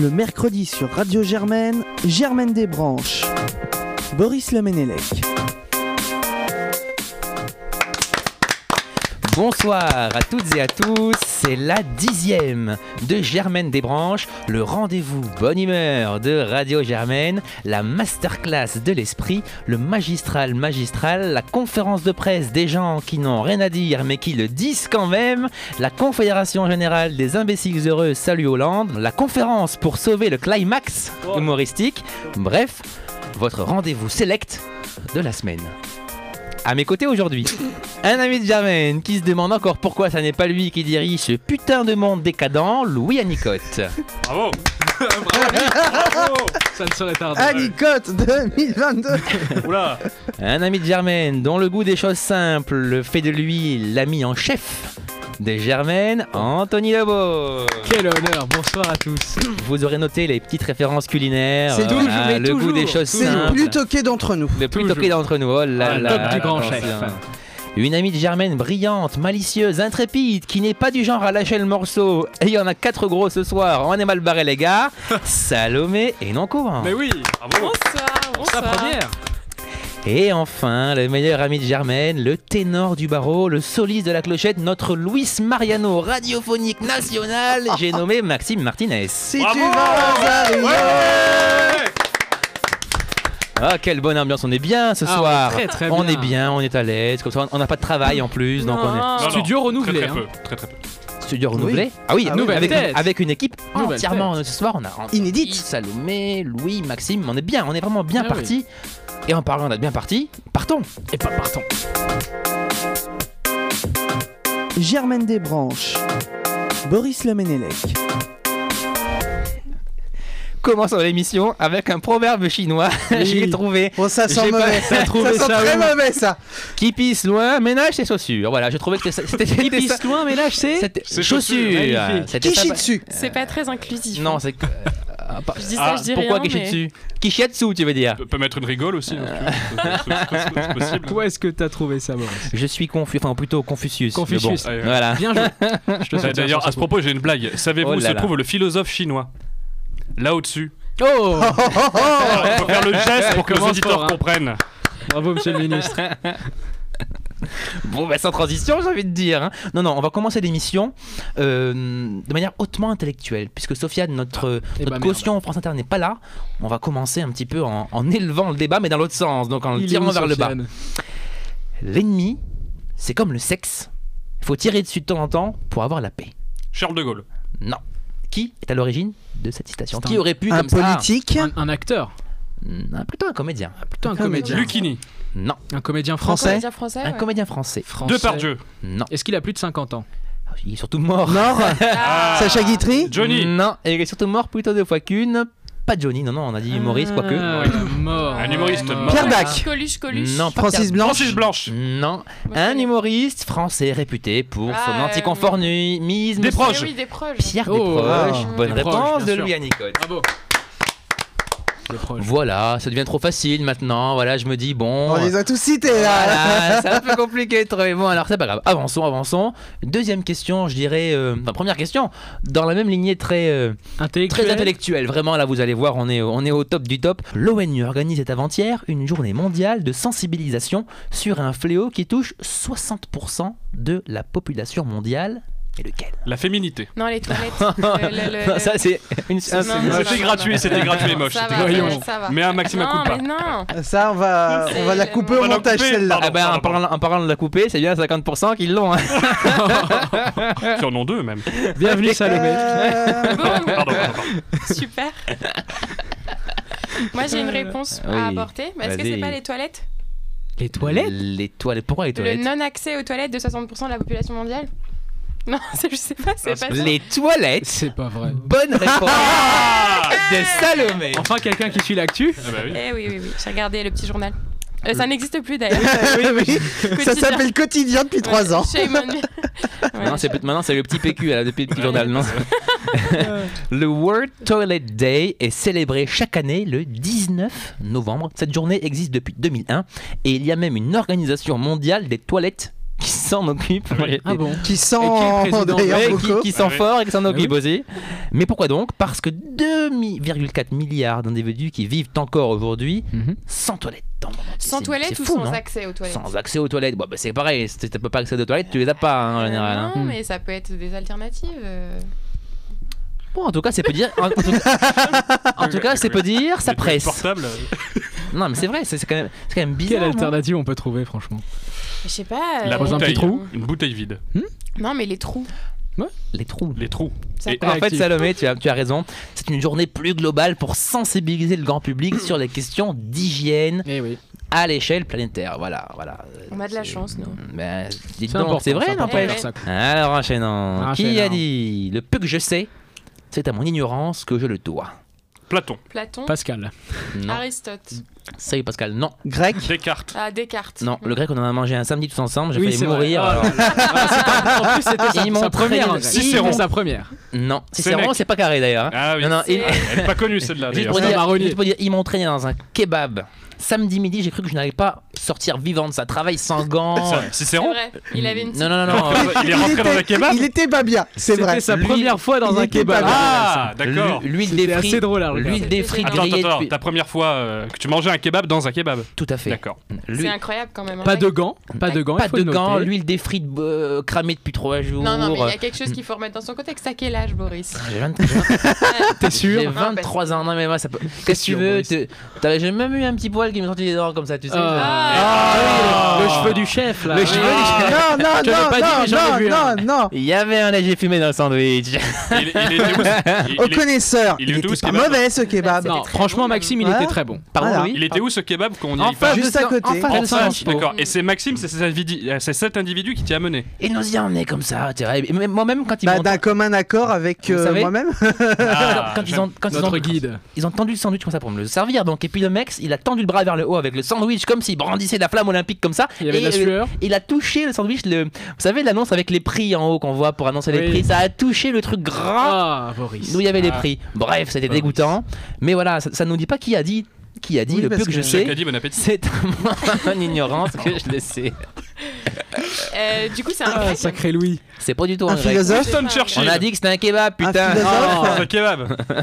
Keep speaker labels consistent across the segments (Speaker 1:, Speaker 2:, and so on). Speaker 1: Le mercredi sur Radio Germaine, Germaine des Branches. Boris Lemenelec.
Speaker 2: Bonsoir à toutes et à tous, c'est la dixième de Germaine Desbranches, le rendez-vous bonne humeur de Radio Germaine, la masterclass de l'esprit, le magistral magistral, la conférence de presse des gens qui n'ont rien à dire mais qui le disent quand même, la Confédération Générale des Imbéciles Heureux Salut Hollande, la conférence pour sauver le climax humoristique, bref, votre rendez-vous select de la semaine. À mes côtés aujourd'hui, un ami de Germaine qui se demande encore pourquoi ça n'est pas lui qui dirige ce putain de monde décadent, Louis Anicotte.
Speaker 3: Bravo Bravo, Nick, bravo Ça ne serait
Speaker 4: bah,
Speaker 3: tardé.
Speaker 1: Anicote 2022
Speaker 3: Oula
Speaker 2: Un ami de Germaine dont le goût des choses simples le fait de lui l'ami en chef de Germaine, Anthony Lebeau.
Speaker 3: Quel honneur, bonsoir à tous.
Speaker 2: Vous aurez noté les petites références culinaires, hein,
Speaker 1: C'est toujours, mais
Speaker 2: le goût
Speaker 3: toujours,
Speaker 2: des choses
Speaker 1: C'est
Speaker 2: simples.
Speaker 1: le plus toqué d'entre nous.
Speaker 2: Le plus
Speaker 3: Toujours.
Speaker 2: toqué d'entre nous, oh là
Speaker 3: Ah, le
Speaker 2: là,
Speaker 3: top du grand
Speaker 2: attention.
Speaker 3: chef.
Speaker 2: Une amie de Germaine brillante, malicieuse, intrépide, qui n'est pas du genre à lâcher le morceau, et il y en a quatre gros ce soir, on est mal barré les gars, Salomé et non
Speaker 3: Mais oui, bravo
Speaker 5: Bonsoir,
Speaker 3: Sa
Speaker 5: bonsoir.
Speaker 3: première
Speaker 2: Et enfin, le meilleur ami de Germaine, le ténor du barreau, le soliste de la clochette, notre Luis Mariano radiophonique national, j'ai nommé Maxime Martinez.
Speaker 1: Si
Speaker 3: Bravo
Speaker 1: tu vas aux Arias,
Speaker 2: Ah, quelle bonne ambiance, on est bien ce
Speaker 3: Ah, on est
Speaker 2: soir.
Speaker 3: très, très
Speaker 2: on
Speaker 3: bien.
Speaker 2: est bien, on est à l'aise, comme ça on n'a pas de travail en plus, donc on est...
Speaker 5: Non.
Speaker 3: Studio
Speaker 6: Très
Speaker 3: renouvelé.
Speaker 6: très
Speaker 3: hein.
Speaker 6: peu, très très peu.
Speaker 2: Studio
Speaker 1: Oui.
Speaker 2: renouvelé. Ah oui,
Speaker 1: Ah oui,
Speaker 2: avec,
Speaker 3: nouvelle tête.
Speaker 2: avec une équipe
Speaker 3: Nouvelle
Speaker 2: entièrement. euh, Ce soir, on a Anthony,
Speaker 1: Inédite.
Speaker 2: Salomé, Louis, Maxime. On est bien, on est vraiment bien
Speaker 3: Ah
Speaker 2: parti. Et en parlant d'être bien parti, partons.
Speaker 3: Et pas partons.
Speaker 1: Germaine Desbranches. Boris Lemenelec.
Speaker 2: Commençons l'émission avec un proverbe chinois.
Speaker 1: Oui.
Speaker 2: J'ai trouvé.
Speaker 1: Oh, ça
Speaker 2: J'ai
Speaker 1: sent
Speaker 2: pas-
Speaker 1: mauvais.
Speaker 2: T'as
Speaker 1: Ça
Speaker 2: trouvé
Speaker 1: sent
Speaker 2: ça
Speaker 1: très
Speaker 2: où
Speaker 1: mauvais ça.
Speaker 2: Qui pisse loin, ménage ses chaussures. Voilà, je trouvais que c'était- c'était. Qui
Speaker 3: Pisse loin, mais là, je sais.
Speaker 6: Ses
Speaker 2: chaussures.
Speaker 6: chaussures.
Speaker 2: euh, c'était
Speaker 1: Qui
Speaker 2: ça-
Speaker 1: chie dessus
Speaker 5: C'est pas très inclusif. hein.
Speaker 2: Non, c'est. que- euh, pas-
Speaker 5: Je dis ça, je dis
Speaker 2: Pourquoi
Speaker 5: rien,
Speaker 2: qui chie
Speaker 5: mais-
Speaker 2: dessus Qui chie dessus, tu veux dire
Speaker 6: Peut- Peut mettre une rigole aussi. hein, si tu veux. C'est- c'est- c'est- c'est possible.
Speaker 3: Toi, est-ce que t'as trouvé ça, Boris
Speaker 2: Je suis confus, enfin plutôt Confucius. mais bon,
Speaker 4: Ah
Speaker 3: Confucius.
Speaker 6: Allez,
Speaker 2: Voilà.
Speaker 3: Bien joué. Je te soutiens
Speaker 6: D'ailleurs,
Speaker 3: sur
Speaker 6: à ce propos, j'ai une blague. Savez-vous
Speaker 2: Oh
Speaker 6: où
Speaker 2: là
Speaker 6: se
Speaker 2: là.
Speaker 6: trouve le philosophe chinois Là au-dessus.
Speaker 2: Oh
Speaker 1: Oh, oh, oh.
Speaker 6: Il faut faire le geste pour que les
Speaker 3: Commence fort,
Speaker 6: auditeurs
Speaker 3: hein.
Speaker 6: comprennent.
Speaker 3: Bravo, monsieur le ministre.
Speaker 2: Bon, bah, sans transition, j'ai envie de dire. hein. Non, non, on va commencer l'émission euh, de manière hautement intellectuelle, puisque Sofiane, notre,
Speaker 3: Eh
Speaker 2: notre
Speaker 3: bah, merde.
Speaker 2: caution France Inter n'est pas là. On va commencer un petit peu en, en élevant le débat, mais dans l'autre sens, donc en le
Speaker 3: Il est
Speaker 2: tirant
Speaker 3: où,
Speaker 2: vers le bas.
Speaker 3: Sofiane
Speaker 2: L'ennemi, c'est comme le sexe. Il faut tirer dessus de temps en temps pour avoir la paix.
Speaker 6: Charles de Gaulle.
Speaker 2: Non. Qui est à l'origine de cette citation
Speaker 3: C'est
Speaker 2: Qui
Speaker 3: un-
Speaker 2: aurait pu,
Speaker 1: Un
Speaker 2: comme ça-
Speaker 1: politique
Speaker 3: Un, un acteur,
Speaker 2: Hmm, un- Plutôt un comédien.
Speaker 3: plutôt un Eh
Speaker 1: Comédien.
Speaker 3: comédien.
Speaker 6: Lucchini.
Speaker 2: Non.
Speaker 3: Un comédien
Speaker 1: Français.
Speaker 3: français.
Speaker 2: Un
Speaker 5: Un comédien français ouais.
Speaker 2: comédien français.
Speaker 3: Français.
Speaker 6: Depardieu.
Speaker 2: Non.
Speaker 3: Est-ce qu'il a plus de 50 ans
Speaker 2: Il est surtout mort.
Speaker 1: Nord
Speaker 5: Ah.
Speaker 1: Sacha Guitry
Speaker 6: Johnny.
Speaker 2: Non, et il est surtout mort plutôt deux fois qu'une. Pas Johnny, non, non, on a dit Maurice, quoique.
Speaker 3: Ah, mort.
Speaker 6: Un humoriste
Speaker 3: mort.
Speaker 6: mort.
Speaker 1: Pierre Dac
Speaker 5: Coluche, Coluche.
Speaker 2: Euh, Non, pas
Speaker 1: Francis
Speaker 2: Pierre-
Speaker 1: Blanche
Speaker 6: Francis Blanche.
Speaker 2: Non,
Speaker 5: Moi, je
Speaker 2: un
Speaker 5: connais.
Speaker 2: humoriste français réputé pour son
Speaker 5: Ah, euh,
Speaker 2: anticonformisme.
Speaker 6: Des proches.
Speaker 5: Eh oui, des proches.
Speaker 2: Pierre
Speaker 3: Oh,
Speaker 2: Desproges.
Speaker 5: ah.
Speaker 2: Bonne
Speaker 3: Des proches,
Speaker 2: réponse
Speaker 3: bien
Speaker 2: de
Speaker 3: sûr.
Speaker 2: Louis Anicotte.
Speaker 3: Bravo. Des proches.
Speaker 2: Voilà, ça devient trop facile maintenant. Voilà, je me dis, bon.
Speaker 1: On Oh, les a tous cités là.
Speaker 2: Voilà, c'est un peu compliqué de trouver. Bon, alors c'est pas grave. Avançons, avançons. Deuxième question, je dirais. euh, Enfin, première question. Dans la même lignée très. euh,
Speaker 3: Intellectuel.
Speaker 2: Très intellectuel, vraiment là vous allez voir, on est, au- on est au top du top. L'ONU organise avant-hier une journée mondiale de sensibilisation sur un fléau qui touche 60% de la population mondiale. Et lequel
Speaker 6: La féminité.
Speaker 5: Non, les toilettes. le- le- le-
Speaker 2: Non, Ça c'est une... un-
Speaker 5: Non, non,
Speaker 6: C'était
Speaker 5: non,
Speaker 6: gratuit,
Speaker 5: non.
Speaker 6: c'était gratuit et moche.
Speaker 5: Ça
Speaker 6: c'était
Speaker 5: va,
Speaker 6: gratuit.
Speaker 5: ça va.
Speaker 6: Mais un maximum à
Speaker 5: non,
Speaker 6: coup pas.
Speaker 5: mais non.
Speaker 1: Ça on va on va la couper
Speaker 6: On
Speaker 1: au
Speaker 6: va la
Speaker 1: montage
Speaker 6: couper,
Speaker 1: celle-là.
Speaker 6: pardon.
Speaker 2: Ah ben, en, parlant, en parlant de la couper, c'est bien 50% qui l'ont. hein.
Speaker 6: Qui en ont deux même.
Speaker 3: Bienvenue, Salomé.
Speaker 1: Euh,
Speaker 5: Bon,
Speaker 6: Pardon, pardon, pardon.
Speaker 5: super. Moi, j'ai une réponse
Speaker 2: Euh, Oui.
Speaker 5: à apporter. Mais Est-ce que
Speaker 2: Vas-y.
Speaker 5: c'est pas les toilettes
Speaker 3: Les toilettes
Speaker 2: Les toilettes. Pourquoi les
Speaker 5: Le
Speaker 2: toilettes
Speaker 5: non-accès aux toilettes de 60% de la population mondiale Non, ça, je sais pas, c'est pas ça.
Speaker 2: Ah, Les toilettes
Speaker 3: C'est pas vrai.
Speaker 2: Bonne réponse de Salomé
Speaker 3: Enfin, quelqu'un qui suit l'actu.
Speaker 6: Ah bah oui.
Speaker 5: Eh oui, oui, oui. J'ai regardé le petit journal. Euh, ça n'existe plus d'ailleurs.
Speaker 1: oui, Ça
Speaker 5: Quotidien.
Speaker 1: s'appelle quotidien depuis 3 ans.
Speaker 5: Shame on me. Ouais.
Speaker 2: Maintenant, c'est peut- maintenant, c'est le petit PQ là, depuis le petit journal, non Le World Toilet Day est célébré chaque année le 19 novembre. Cette journée existe depuis 2001 et il y a même une organisation mondiale des toilettes qui s'en occupe.
Speaker 6: Ah oui.
Speaker 2: Et-
Speaker 3: Ah bon
Speaker 1: Qui sent
Speaker 3: Et qui est président
Speaker 1: d'ailleurs
Speaker 2: Ouais, qui,
Speaker 1: beaucoup.
Speaker 2: qui sent
Speaker 6: Ah ouais.
Speaker 2: fort et qui s'en
Speaker 3: oui.
Speaker 2: occupe aussi. Mais pourquoi donc Parce que 2,4 milliards d'individus qui vivent encore aujourd'hui
Speaker 3: Mhm.
Speaker 2: sans toilette.
Speaker 5: Sans
Speaker 2: C'est-
Speaker 5: toilette
Speaker 2: c'est
Speaker 5: ou
Speaker 2: fou,
Speaker 5: sans
Speaker 2: non
Speaker 5: accès aux toilettes
Speaker 2: Sans accès aux toilettes. Bon, bah, c'est pareil, si tu peux pas accéder aux toilettes, tu les as pas hein, en général. hein.
Speaker 5: Euh, Non,
Speaker 3: Hmm.
Speaker 5: mais ça peut être des alternatives. euh.
Speaker 2: Bon, en tout cas, c'est peut dire. En, en tout cas- en tout cas, c'est peut dire, ça
Speaker 6: Des trucs
Speaker 2: presse.
Speaker 6: Portables.
Speaker 3: Euh,
Speaker 2: Non, mais c'est vrai, c'est c'est quand, même- c'est quand même
Speaker 3: Quelle
Speaker 2: bizarre. hein. non
Speaker 3: alternative on peut trouver, franchement
Speaker 5: Je sais pas.
Speaker 6: La
Speaker 5: euh,
Speaker 3: Dans un petit
Speaker 6: bouteille.
Speaker 3: trou
Speaker 6: Une bouteille vide.
Speaker 5: Non, mais les trous.
Speaker 2: Les trous.
Speaker 6: Les trous.
Speaker 5: Ça
Speaker 6: Et-
Speaker 5: peut-
Speaker 2: En fait,
Speaker 3: Réactif.
Speaker 2: Salomé, tu as, tu as raison. C'est une journée plus globale pour sensibiliser le grand public sur les questions d'hygiène
Speaker 3: Eh oui.
Speaker 2: à l'échelle planétaire. Voilà, voilà.
Speaker 5: On a de la chance, nous.
Speaker 2: Ben, dites
Speaker 3: C'est
Speaker 2: donc,
Speaker 3: important,
Speaker 2: c'est vrai,
Speaker 3: important de
Speaker 2: n'empêche.
Speaker 3: faire ça.
Speaker 2: Alors, enchaînant. Qui a
Speaker 3: Enchaînant.
Speaker 2: dit Le peu que je sais, c'est à mon ignorance que je le dois.
Speaker 6: Platon.
Speaker 5: Platon,
Speaker 3: Pascal.
Speaker 2: Non.
Speaker 5: Aristote,
Speaker 2: Ça y est, Pascal. Non.
Speaker 1: Grec.
Speaker 6: Descartes.
Speaker 5: ah, Descartes.
Speaker 2: Non, le grec, on en a mangé un samedi tous ensemble. J'ai
Speaker 3: Oui,
Speaker 2: failli
Speaker 3: c'est vrai.
Speaker 2: mourir.
Speaker 3: Oh là
Speaker 2: alors.
Speaker 3: en plus, c'était
Speaker 2: Ils
Speaker 3: sa,
Speaker 2: m'ont
Speaker 3: sa première.
Speaker 2: traîné-
Speaker 3: en vrai.
Speaker 2: Cicéron.
Speaker 3: C'était sa première.
Speaker 2: Non,
Speaker 6: Sénèque.
Speaker 2: Cicéron, c'est pas carré d'ailleurs. hein.
Speaker 6: Ah oui.
Speaker 2: Non, non, il-
Speaker 6: Elle n'est pas connue celle-là
Speaker 2: Juste
Speaker 6: d'ailleurs.
Speaker 2: pour,
Speaker 3: Ah, C'est un
Speaker 2: dire,
Speaker 3: marronnier.
Speaker 2: juste pour dire, ils m'ont traîné dans un kebab. Samedi midi, j'ai cru que je n'allais pas sortir vivante. Ça travaille sans gants.
Speaker 6: Ça,
Speaker 5: C'est
Speaker 6: Cicéron
Speaker 5: vrai, il avait une petite...
Speaker 2: Hmm. Non, non, non, non. euh,
Speaker 6: Il est rentré dans un kebab
Speaker 1: Il était pas bien, c'est
Speaker 3: C'était
Speaker 1: vrai.
Speaker 3: sa
Speaker 2: Lui-
Speaker 3: première fois dans
Speaker 1: il
Speaker 3: un
Speaker 1: était
Speaker 3: kebab.
Speaker 1: pas
Speaker 6: Ah, d'accord.
Speaker 2: l'hu- L'huile des
Speaker 3: C'était assez
Speaker 2: frites.
Speaker 3: drôle hein, à regarder.
Speaker 2: L'huile des
Speaker 5: C'était
Speaker 2: frites
Speaker 5: génial.
Speaker 6: Attends,
Speaker 2: grillée.
Speaker 6: attends, attends,
Speaker 2: depuis-
Speaker 6: ta première fois euh, que tu mangeais un kebab dans un kebab.
Speaker 2: Tout à fait.
Speaker 6: D'accord.
Speaker 5: C'est
Speaker 2: L'huile-
Speaker 5: incroyable quand même. hein.
Speaker 3: Pas de gants. Pas de gants. il
Speaker 2: Pas
Speaker 3: faut
Speaker 2: de
Speaker 3: le
Speaker 2: gants,
Speaker 3: noter.
Speaker 2: l'huile des frites euh, cramée depuis trois jours.
Speaker 5: Non, non, mais il y a quelque
Speaker 2: Hmm.
Speaker 5: chose qu'il faut remettre dans son contexte. À quel âge, Boris
Speaker 2: J'ai 23
Speaker 3: T'es sûr
Speaker 2: J'ai 23 ans, non mais moi ça peut. Qu'est-ce que tu
Speaker 3: sûr,
Speaker 2: veux
Speaker 3: Maurice.
Speaker 2: te- t'avais- J'ai même eu un petit poil qui me sortit des dents comme ça, tu sais. Ah.
Speaker 3: Ah,
Speaker 6: Ah,
Speaker 3: oui,
Speaker 6: oui.
Speaker 3: Le cheveu du chef, là.
Speaker 2: Le cheveu du chef.
Speaker 1: Non, non,
Speaker 3: Je l'avais pas dit, mais j'en ai
Speaker 1: non,
Speaker 3: vu
Speaker 1: non,
Speaker 3: un.
Speaker 1: non, non.
Speaker 2: Il y avait un léger fumé dans le sandwich.
Speaker 6: Il, il était où ce- il-
Speaker 1: Au
Speaker 6: il-
Speaker 1: connaisseur,
Speaker 6: il est
Speaker 1: il
Speaker 6: doux,
Speaker 1: était
Speaker 6: ce
Speaker 1: pas
Speaker 6: kebab.
Speaker 1: mauvais ce kebab.
Speaker 5: C'était
Speaker 3: Non,
Speaker 5: très
Speaker 3: franchement,
Speaker 5: bon,
Speaker 3: Maxime, il
Speaker 1: même.
Speaker 3: était très bon.
Speaker 2: Pardon,
Speaker 1: Voilà.
Speaker 2: Louis
Speaker 6: il était où ce kebab qu'on y
Speaker 2: En
Speaker 6: est pas
Speaker 2: face
Speaker 1: Juste
Speaker 2: de
Speaker 1: à
Speaker 2: ce-
Speaker 1: côté.
Speaker 2: En face
Speaker 6: En
Speaker 2: de ce
Speaker 6: face,
Speaker 2: Sampo.
Speaker 6: d'accord. Et c'est Maxime, c'est cet individu- euh, c'est cet individu qui t'a amené.
Speaker 2: Il nous y emmenait comme ça, tu vois. Et même- Moi-même, quand ils
Speaker 1: Bah,
Speaker 2: m'ont.
Speaker 1: d'un commun accord avec
Speaker 2: Vous
Speaker 1: euh,
Speaker 2: savez
Speaker 1: moi-même.
Speaker 6: Ah,
Speaker 2: quand ils ont, quand ils ont-
Speaker 3: Notre guide.
Speaker 2: ils ont tendu le sandwich comme ça pour me le servir, donc et puis le mec, il a tendu le bras vers le haut avec le sandwich comme s'il brandissait la flamme olympique comme ça.
Speaker 3: Il y avait de la
Speaker 2: Et, euh,
Speaker 3: sueur.
Speaker 2: il a touché le sandwich. Le, vous savez l'annonce avec les prix en haut qu'on voit pour annoncer les
Speaker 3: Oui.
Speaker 2: prix, ça a touché le truc gras
Speaker 3: Ah, Boris.
Speaker 2: Nous, il y avait les
Speaker 6: Ah.
Speaker 2: prix. Bref, c'était
Speaker 6: Ah,
Speaker 2: dégoûtant. Mais voilà, ça, ça nous dit pas qui a dit, qui a dit
Speaker 1: Oui,
Speaker 2: le
Speaker 1: parce
Speaker 2: peu que je
Speaker 1: que-
Speaker 6: Jacques a
Speaker 2: sais.
Speaker 6: dit bon appétit.
Speaker 2: C'est à mon ignorance que je le sais.
Speaker 5: Euh, du coup, c'est un
Speaker 3: Ah,
Speaker 5: grec.
Speaker 3: sacré Louis.
Speaker 2: C'est pas du tout
Speaker 1: Un
Speaker 2: un grec.
Speaker 1: philosophe.
Speaker 6: Winston
Speaker 2: On a
Speaker 6: Churchill.
Speaker 2: dit que c'était un kebab,
Speaker 1: Un
Speaker 2: putain.
Speaker 1: philosophe.
Speaker 3: Ah.
Speaker 6: Dans un kebab.
Speaker 2: Euh,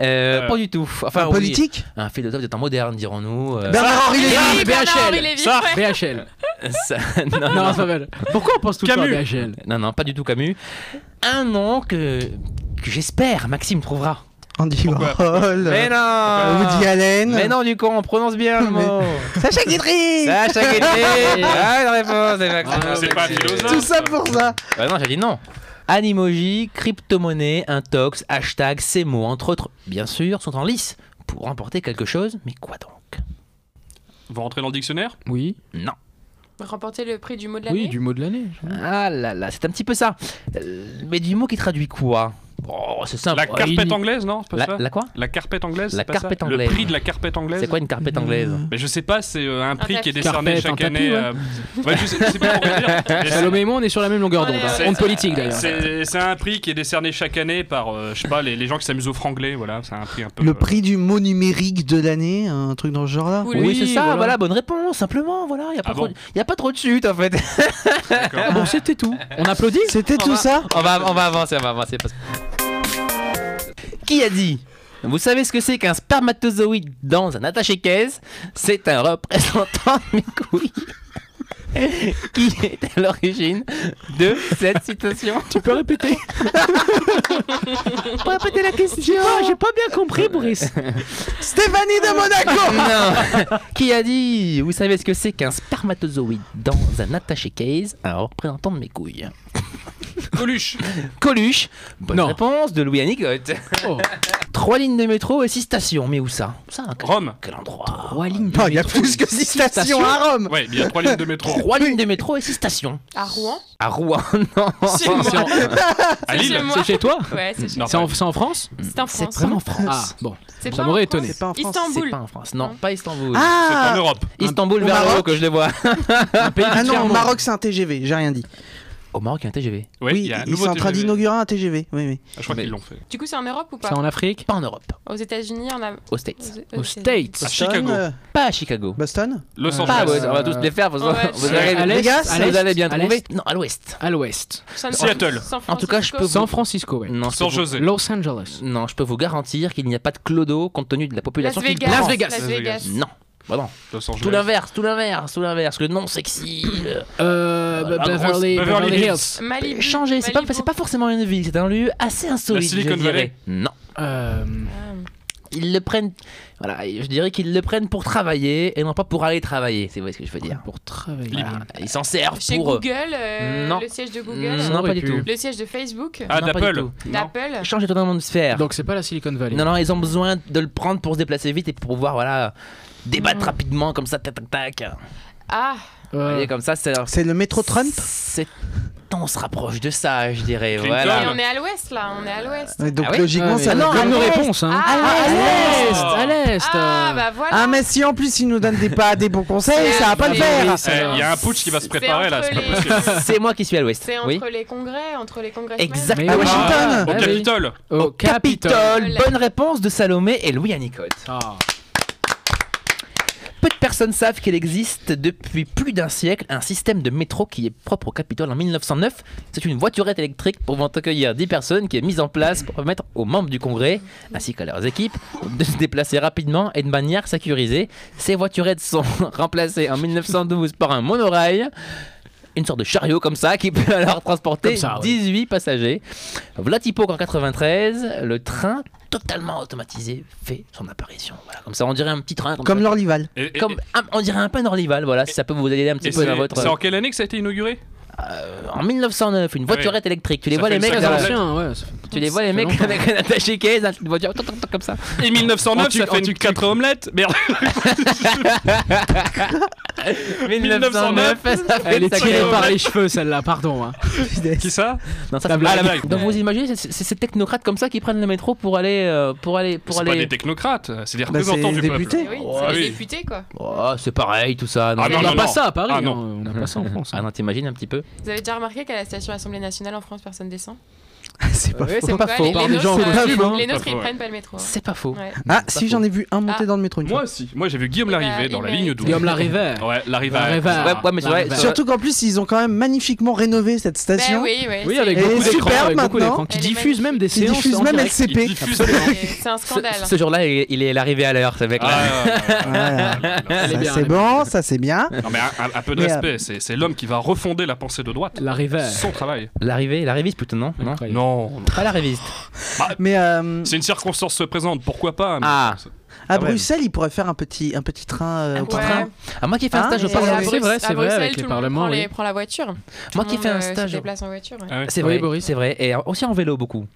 Speaker 6: Euh,
Speaker 2: Pas du tout. Enfin,
Speaker 1: Un
Speaker 2: oui.
Speaker 1: politique
Speaker 2: Un philosophe de temps moderne, dirons-nous. Euh,
Speaker 1: Bernard-Henri Lévy
Speaker 3: Ah,
Speaker 5: Oui, Bernard-Henri
Speaker 3: BHL.
Speaker 5: Lévy,
Speaker 6: Ça,
Speaker 5: ouais.
Speaker 3: BHL.
Speaker 6: Ben,
Speaker 2: ça- non,
Speaker 3: Non,
Speaker 2: non,
Speaker 3: c'est pas mal. Pourquoi on pense tout le temps à
Speaker 6: Camus.
Speaker 3: BHL
Speaker 2: non, non, pas du tout Camus. Un nom que, que j'espère Maxime trouvera.
Speaker 1: Andy
Speaker 6: Pourquoi
Speaker 1: Warhol.
Speaker 2: Mais
Speaker 1: euh,
Speaker 2: non
Speaker 1: Woody Allen.
Speaker 2: Mais non, du con, on prononce bien le
Speaker 1: Mais-
Speaker 2: mot.
Speaker 1: Sacha Guitry
Speaker 2: Sacha Guitry Ah, la réponse, c'est Maxime.
Speaker 3: Ah,
Speaker 6: c'est pas un philosophe.
Speaker 1: Tout ça pour ça.
Speaker 2: Bah non, j'ai dit non. Animoji, crypto-monnaie, intox, hashtag, ces mots, entre autres, bien sûr, sont en lice pour remporter quelque chose, mais quoi donc
Speaker 6: Vous rentrez dans le dictionnaire
Speaker 3: Oui.
Speaker 2: Non.
Speaker 5: Remporter le prix du mot de l'année.
Speaker 3: Oui, du mot de l'année.
Speaker 2: Ah là là, c'est un petit peu ça. Euh, Mais du mot qui traduit quoi Oh, c'est simple.
Speaker 6: La
Speaker 2: Oh,
Speaker 6: carpette
Speaker 2: une-
Speaker 6: anglaise, non c'est pas ça
Speaker 2: La, la quoi
Speaker 6: La carpette anglaise,
Speaker 2: La
Speaker 6: c'est pas ça
Speaker 2: carpette
Speaker 6: Le
Speaker 2: anglaise.
Speaker 6: prix de la carpette anglaise
Speaker 2: C'est quoi une carpette anglaise
Speaker 6: Mais je sais pas, c'est euh, un prix qui est
Speaker 5: tapis.
Speaker 6: décerné
Speaker 3: Carpette,
Speaker 6: chaque
Speaker 3: un
Speaker 6: année.
Speaker 3: tapis,
Speaker 6: euh, ouais, je sais- je sais pas comment dire. Mais c'est-
Speaker 3: Salomé et moi, on est sur la même longueur d'onde.
Speaker 5: On est-
Speaker 3: hein.
Speaker 6: c'est-
Speaker 3: Onde politique d'ailleurs.
Speaker 6: C'est c'est un prix qui est décerné chaque année par, euh, je sais pas, les, les gens qui s'amusent au franglais, voilà, c'est un prix un peu...
Speaker 1: Le
Speaker 6: euh,
Speaker 1: prix du mot numérique de l'année, un truc dans ce genre-là.
Speaker 5: Ou
Speaker 2: Oui,
Speaker 5: le-
Speaker 2: c'est ça, voilà.
Speaker 3: voilà.
Speaker 2: bonne réponse, simplement, voilà, il n'y a, pas
Speaker 6: Ah
Speaker 2: trop-
Speaker 6: bon
Speaker 2: y a pas trop de chute en fait.
Speaker 6: d'accord.
Speaker 3: Ah bon, c'était tout. On applaudit
Speaker 1: C'était
Speaker 2: On
Speaker 1: tout
Speaker 2: va-
Speaker 1: ça
Speaker 2: on, va, on va avancer, on va avancer. parce- Qui a dit Vous savez ce que c'est qu'un spermatozoïde dans un attaché-caisse C'est un représentant de mes couilles. Qui est à l'origine de cette citation
Speaker 3: Tu peux répéter
Speaker 2: Pas répéter la question
Speaker 3: J'ai pas bien compris, Boris.
Speaker 1: Stéphanie de Monaco
Speaker 2: Non Qui a dit Vous savez ce que c'est qu'un spermatozoïde dans un attaché-case Un représentant de mes couilles.
Speaker 6: Coluche
Speaker 2: Coluche Bonne
Speaker 3: Non.
Speaker 2: réponse de Louis Anicotte.
Speaker 3: Oh.
Speaker 2: Trois lignes de métro et six stations, mais où ça Ça, un
Speaker 6: Rome
Speaker 2: Quel endroit
Speaker 4: Ah,
Speaker 3: Trois lignes de
Speaker 1: Non, il y a
Speaker 3: métro.
Speaker 1: plus que 6 stations à Rome
Speaker 6: Ouais, il y a trois lignes de métro.
Speaker 2: Trois lignes de métro et six stations.
Speaker 5: À Rouen.
Speaker 2: À Rouen, non.
Speaker 5: C'est moi.
Speaker 3: C'est en-
Speaker 6: À
Speaker 5: C'est
Speaker 6: Lille
Speaker 5: chez moi.
Speaker 3: C'est chez toi
Speaker 5: Ouais, c'est chez-
Speaker 6: Non,
Speaker 3: C'est en, c'est en France
Speaker 5: c'est en
Speaker 2: Hmm. C'est
Speaker 5: France.
Speaker 2: vraiment en
Speaker 3: Ah,
Speaker 2: France.
Speaker 3: bon.
Speaker 5: C'est
Speaker 3: ça
Speaker 5: pas en
Speaker 3: m'aurait
Speaker 5: France.
Speaker 3: étonné.
Speaker 1: pas en France.
Speaker 2: C'est
Speaker 5: Istanbul.
Speaker 2: pas en France. Non, pas Istanbul.
Speaker 6: C'est en
Speaker 1: Ah
Speaker 6: Europe.
Speaker 2: Istanbul
Speaker 1: au
Speaker 2: vers le haut
Speaker 1: Maroc
Speaker 2: que je le vois.
Speaker 3: Un pays
Speaker 1: Ah non,
Speaker 3: tiers-monde.
Speaker 1: au Maroc c'est un TGV, j'ai rien dit.
Speaker 2: Au Maroc, il y a un TGV.
Speaker 6: Ouais,
Speaker 1: oui,
Speaker 6: il y a un
Speaker 1: ils
Speaker 6: nouveau
Speaker 1: sont en train
Speaker 6: TGV.
Speaker 1: d'inaugurer un TGV. Oui, oui.
Speaker 6: Ah, Je crois
Speaker 2: Mais-
Speaker 6: qu'ils l'ont fait.
Speaker 5: Du coup, c'est en Europe ou pas
Speaker 4: C'est en Afrique
Speaker 2: Pas en Europe,
Speaker 5: Aux États-Unis, on a.
Speaker 2: aux States.
Speaker 4: Aux States
Speaker 6: À Chicago.
Speaker 1: euh,
Speaker 2: Pas à Chicago.
Speaker 1: Boston
Speaker 6: Los
Speaker 4: Euh,
Speaker 2: Pas à
Speaker 6: Angeles.
Speaker 2: Boston. On va tous les faire. Vous,
Speaker 5: Ouais,
Speaker 2: vous
Speaker 5: c'est-
Speaker 2: allez-
Speaker 4: À l'est,
Speaker 2: Vegas,
Speaker 4: à l'est,
Speaker 2: vous allez bien
Speaker 4: à
Speaker 2: trouver.
Speaker 4: l'est.
Speaker 2: Non, à l'ouest.
Speaker 4: À l'ouest.
Speaker 5: San
Speaker 6: Seattle.
Speaker 5: San
Speaker 2: En tout cas, je peux
Speaker 5: Francisco.
Speaker 4: San Francisco, ouais.
Speaker 2: Non, je peux
Speaker 6: San
Speaker 2: vous-
Speaker 6: José.
Speaker 4: Los Angeles.
Speaker 2: Non, je peux vous garantir qu'il n'y a pas de clodo compte tenu de la
Speaker 5: Las
Speaker 2: population. qui
Speaker 5: Vegas.
Speaker 4: Las
Speaker 2: pense.
Speaker 4: Vegas.
Speaker 5: Las
Speaker 6: Las
Speaker 5: Vegas.
Speaker 2: Non. Bah non.
Speaker 6: Los
Speaker 2: Tout
Speaker 6: Angeles.
Speaker 2: l'inverse, tout l'inverse, tout l'inverse. Le non sexy. le-
Speaker 4: Euh,
Speaker 2: La grosse-
Speaker 4: Beverly,
Speaker 6: Beverly
Speaker 4: Beverly
Speaker 6: Hills.
Speaker 4: Hills.
Speaker 5: Malibu.
Speaker 2: Changer, c'est pas,
Speaker 5: Malibu.
Speaker 2: c'est pas forcément une ville, c'est un lieu assez insolite.
Speaker 6: La Silicon
Speaker 2: je dirais.
Speaker 6: Valley.
Speaker 2: Non.
Speaker 4: Euh,
Speaker 5: Ah.
Speaker 2: Ils le prennent. Voilà, je dirais qu'ils le prennent pour travailler et non pas pour aller travailler. C'est vrai ce que je veux dire.
Speaker 4: pour travailler.
Speaker 2: Voilà, Ils s'en servent
Speaker 5: Chez
Speaker 2: pour.
Speaker 5: Google, euh,
Speaker 2: Non.
Speaker 5: le siège de Google,
Speaker 2: Non, pas
Speaker 4: aurait
Speaker 2: du
Speaker 4: pu.
Speaker 2: tout.
Speaker 5: le siège de Facebook,
Speaker 6: Ah,
Speaker 2: Non, pas du
Speaker 6: d'Apple.
Speaker 2: tout.
Speaker 5: d'Apple.
Speaker 2: Changez totalement de sphère.
Speaker 4: Ah. Donc c'est pas la Silicon Valley.
Speaker 2: Non, non, ils ont besoin de le prendre pour se déplacer vite et pour pouvoir, voilà,
Speaker 5: Mm.
Speaker 2: débattre rapidement comme ça, tac, tac, tac.
Speaker 5: Ah,
Speaker 2: Vous
Speaker 4: Euh,
Speaker 2: voyez, comme ça, c'est.
Speaker 1: C'est le métro Trump
Speaker 2: C'est- On se rapproche de ça, je dirais.
Speaker 6: Clinton.
Speaker 5: et
Speaker 2: Voilà.
Speaker 5: on est à l'ouest là, on est à l'ouest.
Speaker 1: Ouais, Donc
Speaker 2: Ah oui
Speaker 1: logiquement,
Speaker 4: ah, mais-
Speaker 1: ça
Speaker 4: ah
Speaker 1: va
Speaker 4: non,
Speaker 1: donner-
Speaker 4: bonne
Speaker 5: à l'ouest.
Speaker 4: réponse. Hein.
Speaker 5: Ah,
Speaker 4: à l'est,
Speaker 6: l'est.
Speaker 4: à l'est.
Speaker 5: Ah
Speaker 4: euh.
Speaker 5: bah voilà.
Speaker 1: Ah, mais si en plus il nous donne des, pas, des bons conseils,
Speaker 5: C'est
Speaker 1: ça va pas le
Speaker 4: Oui,
Speaker 1: faire
Speaker 4: oui,
Speaker 6: Eh,
Speaker 4: ça-
Speaker 6: Il y a un putsch qui va se
Speaker 5: C'est
Speaker 6: préparer là,
Speaker 5: entre
Speaker 6: c'est pas
Speaker 5: les-
Speaker 6: possible.
Speaker 2: C'est moi qui suis à l'ouest.
Speaker 5: C'est entre
Speaker 2: Oui.
Speaker 5: les congrès, entre les congrès.
Speaker 2: Exact.
Speaker 4: Mais
Speaker 1: À
Speaker 4: oui.
Speaker 1: Washington
Speaker 6: Au
Speaker 4: Ah, oui.
Speaker 6: Capitole.
Speaker 4: Au Capitole.
Speaker 2: Capitole. Bonne réponse de Salomé et Louis Anicotte.
Speaker 4: Ah.
Speaker 2: Peu de personnes savent qu'il existe depuis plus d'un siècle un système de métro qui est propre au Capitole en 1909. C'est une voiturette électrique pouvant accueillir 10 personnes qui est mise en place pour permettre aux membres du Congrès, ainsi qu'à leurs équipes, de se déplacer rapidement et de manière sécurisée. Ces voiturettes sont remplacées en 1912 par un monorail. Une sorte de chariot comme ça qui peut alors transporter
Speaker 4: Comme ça, ouais.
Speaker 2: 18 passagers. Vlatipo en 93, le train totalement automatisé fait son apparition. Voilà, comme ça on dirait un petit train comme ça.
Speaker 1: Comme l'Orlival.
Speaker 6: Et- et-
Speaker 2: Comme, un- on dirait un peu un Orlival, voilà, si ça peut vous aider un
Speaker 6: et
Speaker 2: petit peu
Speaker 6: c'est
Speaker 2: dans votre.
Speaker 6: c'est en quelle année que ça a été inauguré
Speaker 2: Euh, En 1909, une voiturette électrique. Tu les
Speaker 6: Ah Ça
Speaker 2: vois
Speaker 6: fait
Speaker 2: les
Speaker 6: une
Speaker 2: mecs,
Speaker 4: Très
Speaker 6: sacrée
Speaker 2: euh,
Speaker 6: blague.
Speaker 4: ancien, ouais. ça fait-
Speaker 2: tu les vois les
Speaker 4: ça fait
Speaker 2: mecs
Speaker 4: longtemps.
Speaker 2: avec un attaché caisse, une voiture toc, toc, toc, comme ça.
Speaker 6: Et 1909,
Speaker 4: tuc,
Speaker 6: ça
Speaker 4: en
Speaker 6: fait une
Speaker 4: tuc-tuc.
Speaker 6: quatre omelettes Merde 1909,
Speaker 2: ça fait
Speaker 4: Elle
Speaker 2: une
Speaker 4: est
Speaker 2: sacrée-
Speaker 4: tirée par les cheveux, celle-là, pardon. hein.
Speaker 6: Qui ça
Speaker 2: Non, ça
Speaker 4: La
Speaker 2: fait-
Speaker 4: blague.
Speaker 6: Ah, la blague.
Speaker 2: Donc vous imaginez, c'est- c'est c'est ces technocrates comme ça qui prennent le métro pour aller, euh, pour aller, pour
Speaker 6: C'est pas
Speaker 2: aller.
Speaker 6: des technocrates, c'est des
Speaker 1: Bah, c'est
Speaker 6: représentants du
Speaker 1: des
Speaker 6: peuple.
Speaker 1: députés.
Speaker 5: Eh oui,
Speaker 6: Oh,
Speaker 5: c'est
Speaker 6: oui.
Speaker 5: les députés quoi.
Speaker 2: Oh, c'est pareil, tout ça.
Speaker 6: Ah,
Speaker 2: mais-
Speaker 4: on
Speaker 6: non,
Speaker 4: n'a
Speaker 6: non,
Speaker 4: pas
Speaker 6: non.
Speaker 4: ça à Paris.
Speaker 6: Ah,
Speaker 4: hein,
Speaker 6: non.
Speaker 4: On n'a pas ça en France.
Speaker 2: Ah non, t'imagines un petit peu.
Speaker 5: Vous avez déjà remarqué qu'à la station Assemblée nationale en France, personne descend
Speaker 1: C'est pas
Speaker 2: Ouais,
Speaker 1: faux.
Speaker 2: c'est pas
Speaker 5: Ouais,
Speaker 2: faux.
Speaker 5: Les, les
Speaker 4: des
Speaker 5: nôtres,
Speaker 4: gens
Speaker 5: euh,
Speaker 1: pas
Speaker 5: les-
Speaker 1: faux.
Speaker 5: les
Speaker 6: Pas
Speaker 5: nôtres,
Speaker 6: faux,
Speaker 5: ils
Speaker 6: ouais.
Speaker 5: prennent pas le métro. hein.
Speaker 2: C'est pas faux.
Speaker 5: Ouais.
Speaker 1: Ah,
Speaker 2: pas
Speaker 1: si j'en ai vu un monter
Speaker 5: Ah.
Speaker 1: dans le métro une
Speaker 6: Moi
Speaker 1: fois.
Speaker 6: aussi. Moi j'ai vu Guillaume
Speaker 5: Eh ben,
Speaker 6: Larrivé dans
Speaker 5: il
Speaker 6: la
Speaker 5: mérite.
Speaker 6: ligne 12.
Speaker 4: Guillaume Larrivé.
Speaker 6: Ouais,
Speaker 4: La
Speaker 6: Larrivé.
Speaker 4: Rivière.
Speaker 2: Ouais, ouais, mais c'est
Speaker 4: La
Speaker 2: vrai,
Speaker 4: Rivière.
Speaker 2: sur-
Speaker 1: Surtout qu'en plus, ils ont quand même magnifiquement rénové cette
Speaker 5: Bah
Speaker 1: station.
Speaker 5: oui, ouais,
Speaker 4: Oui,
Speaker 5: c'est-
Speaker 4: avec
Speaker 1: Et
Speaker 4: beaucoup
Speaker 1: super
Speaker 4: d'écrans, avec beaucoup
Speaker 1: maintenant.
Speaker 4: d'écrans qui
Speaker 5: Elle est
Speaker 4: diffusent même des
Speaker 1: Ils
Speaker 4: séances
Speaker 1: diffusent
Speaker 4: en
Speaker 1: même
Speaker 4: direct.
Speaker 6: Il
Speaker 1: LCP.
Speaker 6: diffuse-
Speaker 5: c'est c'est un
Speaker 2: Ce,
Speaker 5: scandale.
Speaker 2: ce jour-là, il, il est arrivé à l'heure, ce mec-là.
Speaker 6: Ah, ouais, ouais, ouais.
Speaker 1: Voilà.
Speaker 4: Elle est
Speaker 1: Ah, Ça,
Speaker 4: bien, elle
Speaker 1: c'est
Speaker 4: est bien.
Speaker 1: bon, ça c'est bien.
Speaker 6: Non mais un, un- un peu de
Speaker 1: Mais, euh,
Speaker 6: respect, c'est c'est l'homme qui va refonder la pensée de droite.
Speaker 4: La Rivière.
Speaker 6: Son travail.
Speaker 2: L'arrivée, la révise plutôt, non Non.
Speaker 4: Incroyable.
Speaker 6: Non,
Speaker 2: Pas la réviste.
Speaker 1: Mais euh,
Speaker 6: c'est une circonstance se présente, pourquoi pas mais-
Speaker 2: Ah.
Speaker 1: à
Speaker 6: quand même.
Speaker 1: Bruxelles, ils pourraient faire un petit, un petit train. euh,
Speaker 2: Un
Speaker 1: au
Speaker 2: petit
Speaker 5: Ouais.
Speaker 1: parc.
Speaker 2: train. À moi qui ai fait un
Speaker 1: Ah,
Speaker 2: stage au
Speaker 1: mais-
Speaker 5: Hein Et à
Speaker 2: Parlement.
Speaker 4: c'est
Speaker 5: Bruxelles-
Speaker 4: vrai, c'est
Speaker 5: à
Speaker 4: vrai,
Speaker 5: Bruxelles,
Speaker 4: avec
Speaker 5: tout
Speaker 4: les
Speaker 5: le monde
Speaker 4: parlements,
Speaker 5: prend
Speaker 4: oui.
Speaker 5: les- prend la voiture.
Speaker 2: Moi
Speaker 5: Tout
Speaker 2: qui ai
Speaker 5: le
Speaker 2: fait un
Speaker 5: monde, euh,
Speaker 2: stage.
Speaker 5: Se
Speaker 2: au-
Speaker 5: déplace en voiture. ouais.
Speaker 6: Ah ouais.
Speaker 2: C'est
Speaker 4: Oui,
Speaker 2: vrai,
Speaker 4: Boris.
Speaker 2: c'est vrai. Et aussi en vélo beaucoup.
Speaker 5: Mmh.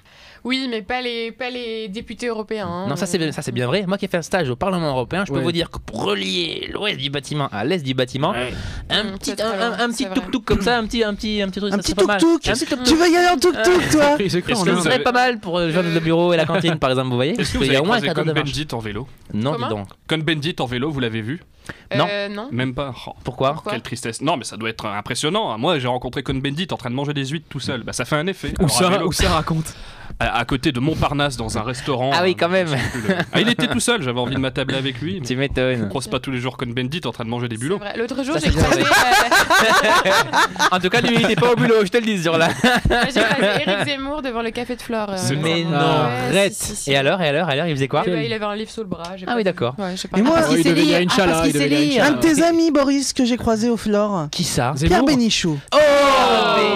Speaker 5: Oui, mais pas les, pas les députés européens. hein.
Speaker 2: Non, ça c'est bien- ça, c'est bien vrai. Moi qui ai fait un stage au Parlement européen, je peux
Speaker 4: Ouais.
Speaker 2: vous dire que pour relier l'ouest du bâtiment à l'est du bâtiment, un
Speaker 5: Mm,
Speaker 2: petit
Speaker 5: c'est très
Speaker 2: un,
Speaker 5: long,
Speaker 2: un- un petit
Speaker 5: c'est vrai.
Speaker 2: tuk-tuk comme ça, un petit un petit un petit truc,
Speaker 1: Un
Speaker 2: ça
Speaker 1: petit
Speaker 2: serait pas mal.
Speaker 1: tuk-tuk.
Speaker 2: Un petit tuk-tuk.
Speaker 1: Tu veux y aller en tuk-tuk, toi
Speaker 4: Ils se croient
Speaker 6: Est-ce
Speaker 4: en
Speaker 2: Ce
Speaker 6: que
Speaker 4: un-
Speaker 6: vous
Speaker 2: serait
Speaker 6: avez-
Speaker 2: pas mal pour euh, joindre le bureau et la cantine, par exemple, vous voyez
Speaker 6: Est-ce que vous
Speaker 2: Parce qu'il y
Speaker 6: avez
Speaker 2: a au moins
Speaker 6: croisé
Speaker 2: un quart
Speaker 6: Cohn
Speaker 2: d'heure de marche.
Speaker 6: Bendit en vélo
Speaker 2: Non, dis
Speaker 5: Comment
Speaker 2: donc.
Speaker 6: Cohn Bendit en vélo, vous l'avez vu
Speaker 2: Non.
Speaker 5: Euh, non.
Speaker 6: Même pas. Oh,
Speaker 2: Pourquoi
Speaker 5: Pourquoi
Speaker 6: quelle tristesse. Non, mais ça doit être impressionnant. Moi, j'ai rencontré Cohn Bendit en train de manger des huîtres tout seul. Bah, ça fait un effet.
Speaker 4: Où
Speaker 6: Alors, à
Speaker 4: ça,
Speaker 6: vélo,
Speaker 4: où ça raconte
Speaker 6: à, à côté de Montparnasse dans un restaurant.
Speaker 2: Ah oui,
Speaker 6: euh,
Speaker 2: quand même.
Speaker 6: je sais plus le- Ah, il était tout seul, j'avais envie de m'attabler avec lui. mais
Speaker 2: Tu
Speaker 6: On
Speaker 2: m'étonnes.
Speaker 6: croise pas tous les jours Cohn Bendit en train de manger des
Speaker 5: C'est
Speaker 6: bulots.
Speaker 5: vrai. L'autre jour,
Speaker 2: Ça,
Speaker 5: j'ai
Speaker 2: c'est bien
Speaker 5: croisé, euh,
Speaker 2: En tout cas, lui, il était pas au boulot, je te le dis sur là.
Speaker 5: Ah, euh, j'ai croisé Eric Zemmour devant le café de Flore. euh,
Speaker 6: C'est
Speaker 2: Mais
Speaker 5: récemment.
Speaker 2: non,
Speaker 5: Ouais, si,
Speaker 2: arrête.
Speaker 5: si, si.
Speaker 2: Et alors, et alors, et alors, il faisait quoi
Speaker 5: Eh ben, Il avait un livre sous le bras. j'ai
Speaker 2: Ah
Speaker 5: pas
Speaker 2: oui,
Speaker 5: vu.
Speaker 2: d'accord.
Speaker 5: Ouais, je sais pas.
Speaker 1: Mais moi,
Speaker 2: parce
Speaker 4: Oh,
Speaker 2: qu'il
Speaker 4: il
Speaker 2: sait
Speaker 4: devait
Speaker 2: lire,
Speaker 4: dire
Speaker 2: ah,
Speaker 4: Inch'Allah,
Speaker 2: parce qu'il
Speaker 4: il devait
Speaker 2: sait
Speaker 4: dire
Speaker 2: lire.
Speaker 5: Euh,
Speaker 4: Inch'Allah.
Speaker 1: Un de tes amis, Boris, que j'ai croisé au Flore.
Speaker 2: Qui ça
Speaker 4: Zemmour,
Speaker 1: Pierre Bénichou.
Speaker 2: Oh,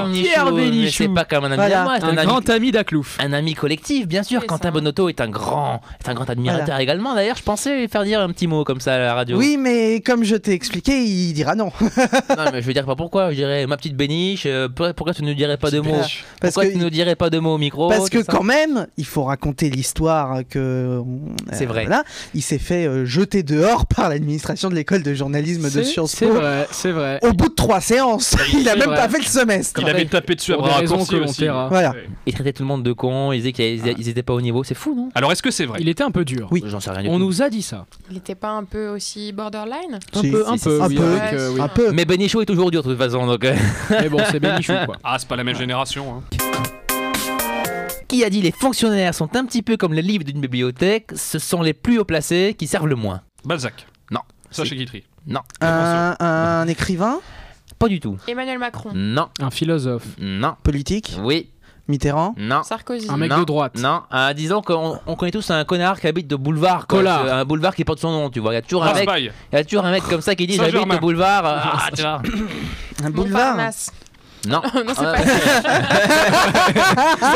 Speaker 4: Bénichou,
Speaker 2: Pierre
Speaker 4: mais
Speaker 2: Bénichou
Speaker 4: c'est
Speaker 2: C'est pas comme un ami
Speaker 1: Voilà.
Speaker 2: à moi, c'est
Speaker 4: Un
Speaker 2: un, ami,
Speaker 4: grand ami d'Aklouf.
Speaker 2: un ami collectif, bien sûr.
Speaker 5: C'est
Speaker 2: Quentin
Speaker 5: ça.
Speaker 2: Bonotto est un grand, est un grand admirateur également. D'ailleurs, je pensais lui faire dire un petit mot comme ça à la radio.
Speaker 1: Oui, mais comme je t'ai expliqué, il dira non.
Speaker 2: Non, mais je veux dire pas pourquoi. Je dirais ma petite Béniche. euh, pour- pourquoi tu ne nous dirais pas de mots
Speaker 1: Béniche. Parce
Speaker 2: Pourquoi
Speaker 1: que,
Speaker 2: tu ne nous dirais pas de mots au micro
Speaker 1: parce que
Speaker 2: tout ça
Speaker 1: quand même, il faut raconter l'histoire que. on-
Speaker 2: C'est vrai.
Speaker 1: voilà. Il s'est fait euh, jeter dehors euh, par l'administration de l'école école de journalisme de
Speaker 4: C'est-
Speaker 1: Sciences
Speaker 4: C'est
Speaker 1: Po.
Speaker 4: vrai, c'est vrai.
Speaker 1: Au bout de trois séances, il a
Speaker 4: C'est
Speaker 1: même
Speaker 4: vrai.
Speaker 1: pas fait le semestre.
Speaker 6: Il avait tapé dessus à
Speaker 4: Pour des
Speaker 6: bras
Speaker 4: raisons
Speaker 6: raccourcis
Speaker 4: que l'on
Speaker 6: aussi.
Speaker 4: taira.
Speaker 1: Voilà.
Speaker 6: Ouais.
Speaker 2: Ils traitaient tout le monde de con, ils disaient qu'ils
Speaker 4: Ah.
Speaker 2: ils étaient pas au niveau. C'est fou, non
Speaker 6: Alors est-ce que c'est vrai
Speaker 4: Il était un peu dur.
Speaker 1: Oui.
Speaker 2: J'en sais rien du tout.
Speaker 4: On nous a dit ça.
Speaker 5: Il était pas un peu aussi borderline
Speaker 4: Un
Speaker 1: Si.
Speaker 4: peu, un
Speaker 2: si, si,
Speaker 4: peu,
Speaker 1: si.
Speaker 4: oui,
Speaker 1: Un peu.
Speaker 4: avec, euh, oui.
Speaker 1: Un peu.
Speaker 2: Mais Benichou est toujours dur de toute façon, donc. euh,
Speaker 4: Mais bon, c'est Bénichou, quoi.
Speaker 6: Ah, c'est pas la même génération. hein.
Speaker 2: Qui a dit les fonctionnaires sont un petit peu comme les livres d'une bibliothèque, ce sont les plus haut placés qui servent le moins.
Speaker 6: Balzac.
Speaker 2: Non.
Speaker 6: Sacha Guitry.
Speaker 2: Non,
Speaker 1: Un, un écrivain
Speaker 2: pas du tout.
Speaker 5: Emmanuel Macron,
Speaker 2: Non,
Speaker 4: Un philosophe.
Speaker 2: non,
Speaker 1: politique,
Speaker 2: oui,
Speaker 1: Mitterrand,
Speaker 2: non.
Speaker 5: Sarkozy,
Speaker 4: Un mec
Speaker 2: Non,
Speaker 4: de droite.
Speaker 2: Non, euh, disons qu'on on connaît tous un connard qui habite de boulevard. quoi.
Speaker 4: Collard.
Speaker 2: C'est Un boulevard qui porte son nom, tu vois. Il y a toujours un mec,
Speaker 6: Raspail.
Speaker 2: il y a toujours un mec comme ça qui dit j'habite
Speaker 6: Saint-Germain.
Speaker 2: de boulevard. euh, Ah, tu vois.
Speaker 1: un boulevard.
Speaker 5: Montparnasse.
Speaker 2: Non.
Speaker 5: non, c'est
Speaker 2: Euh,
Speaker 5: pas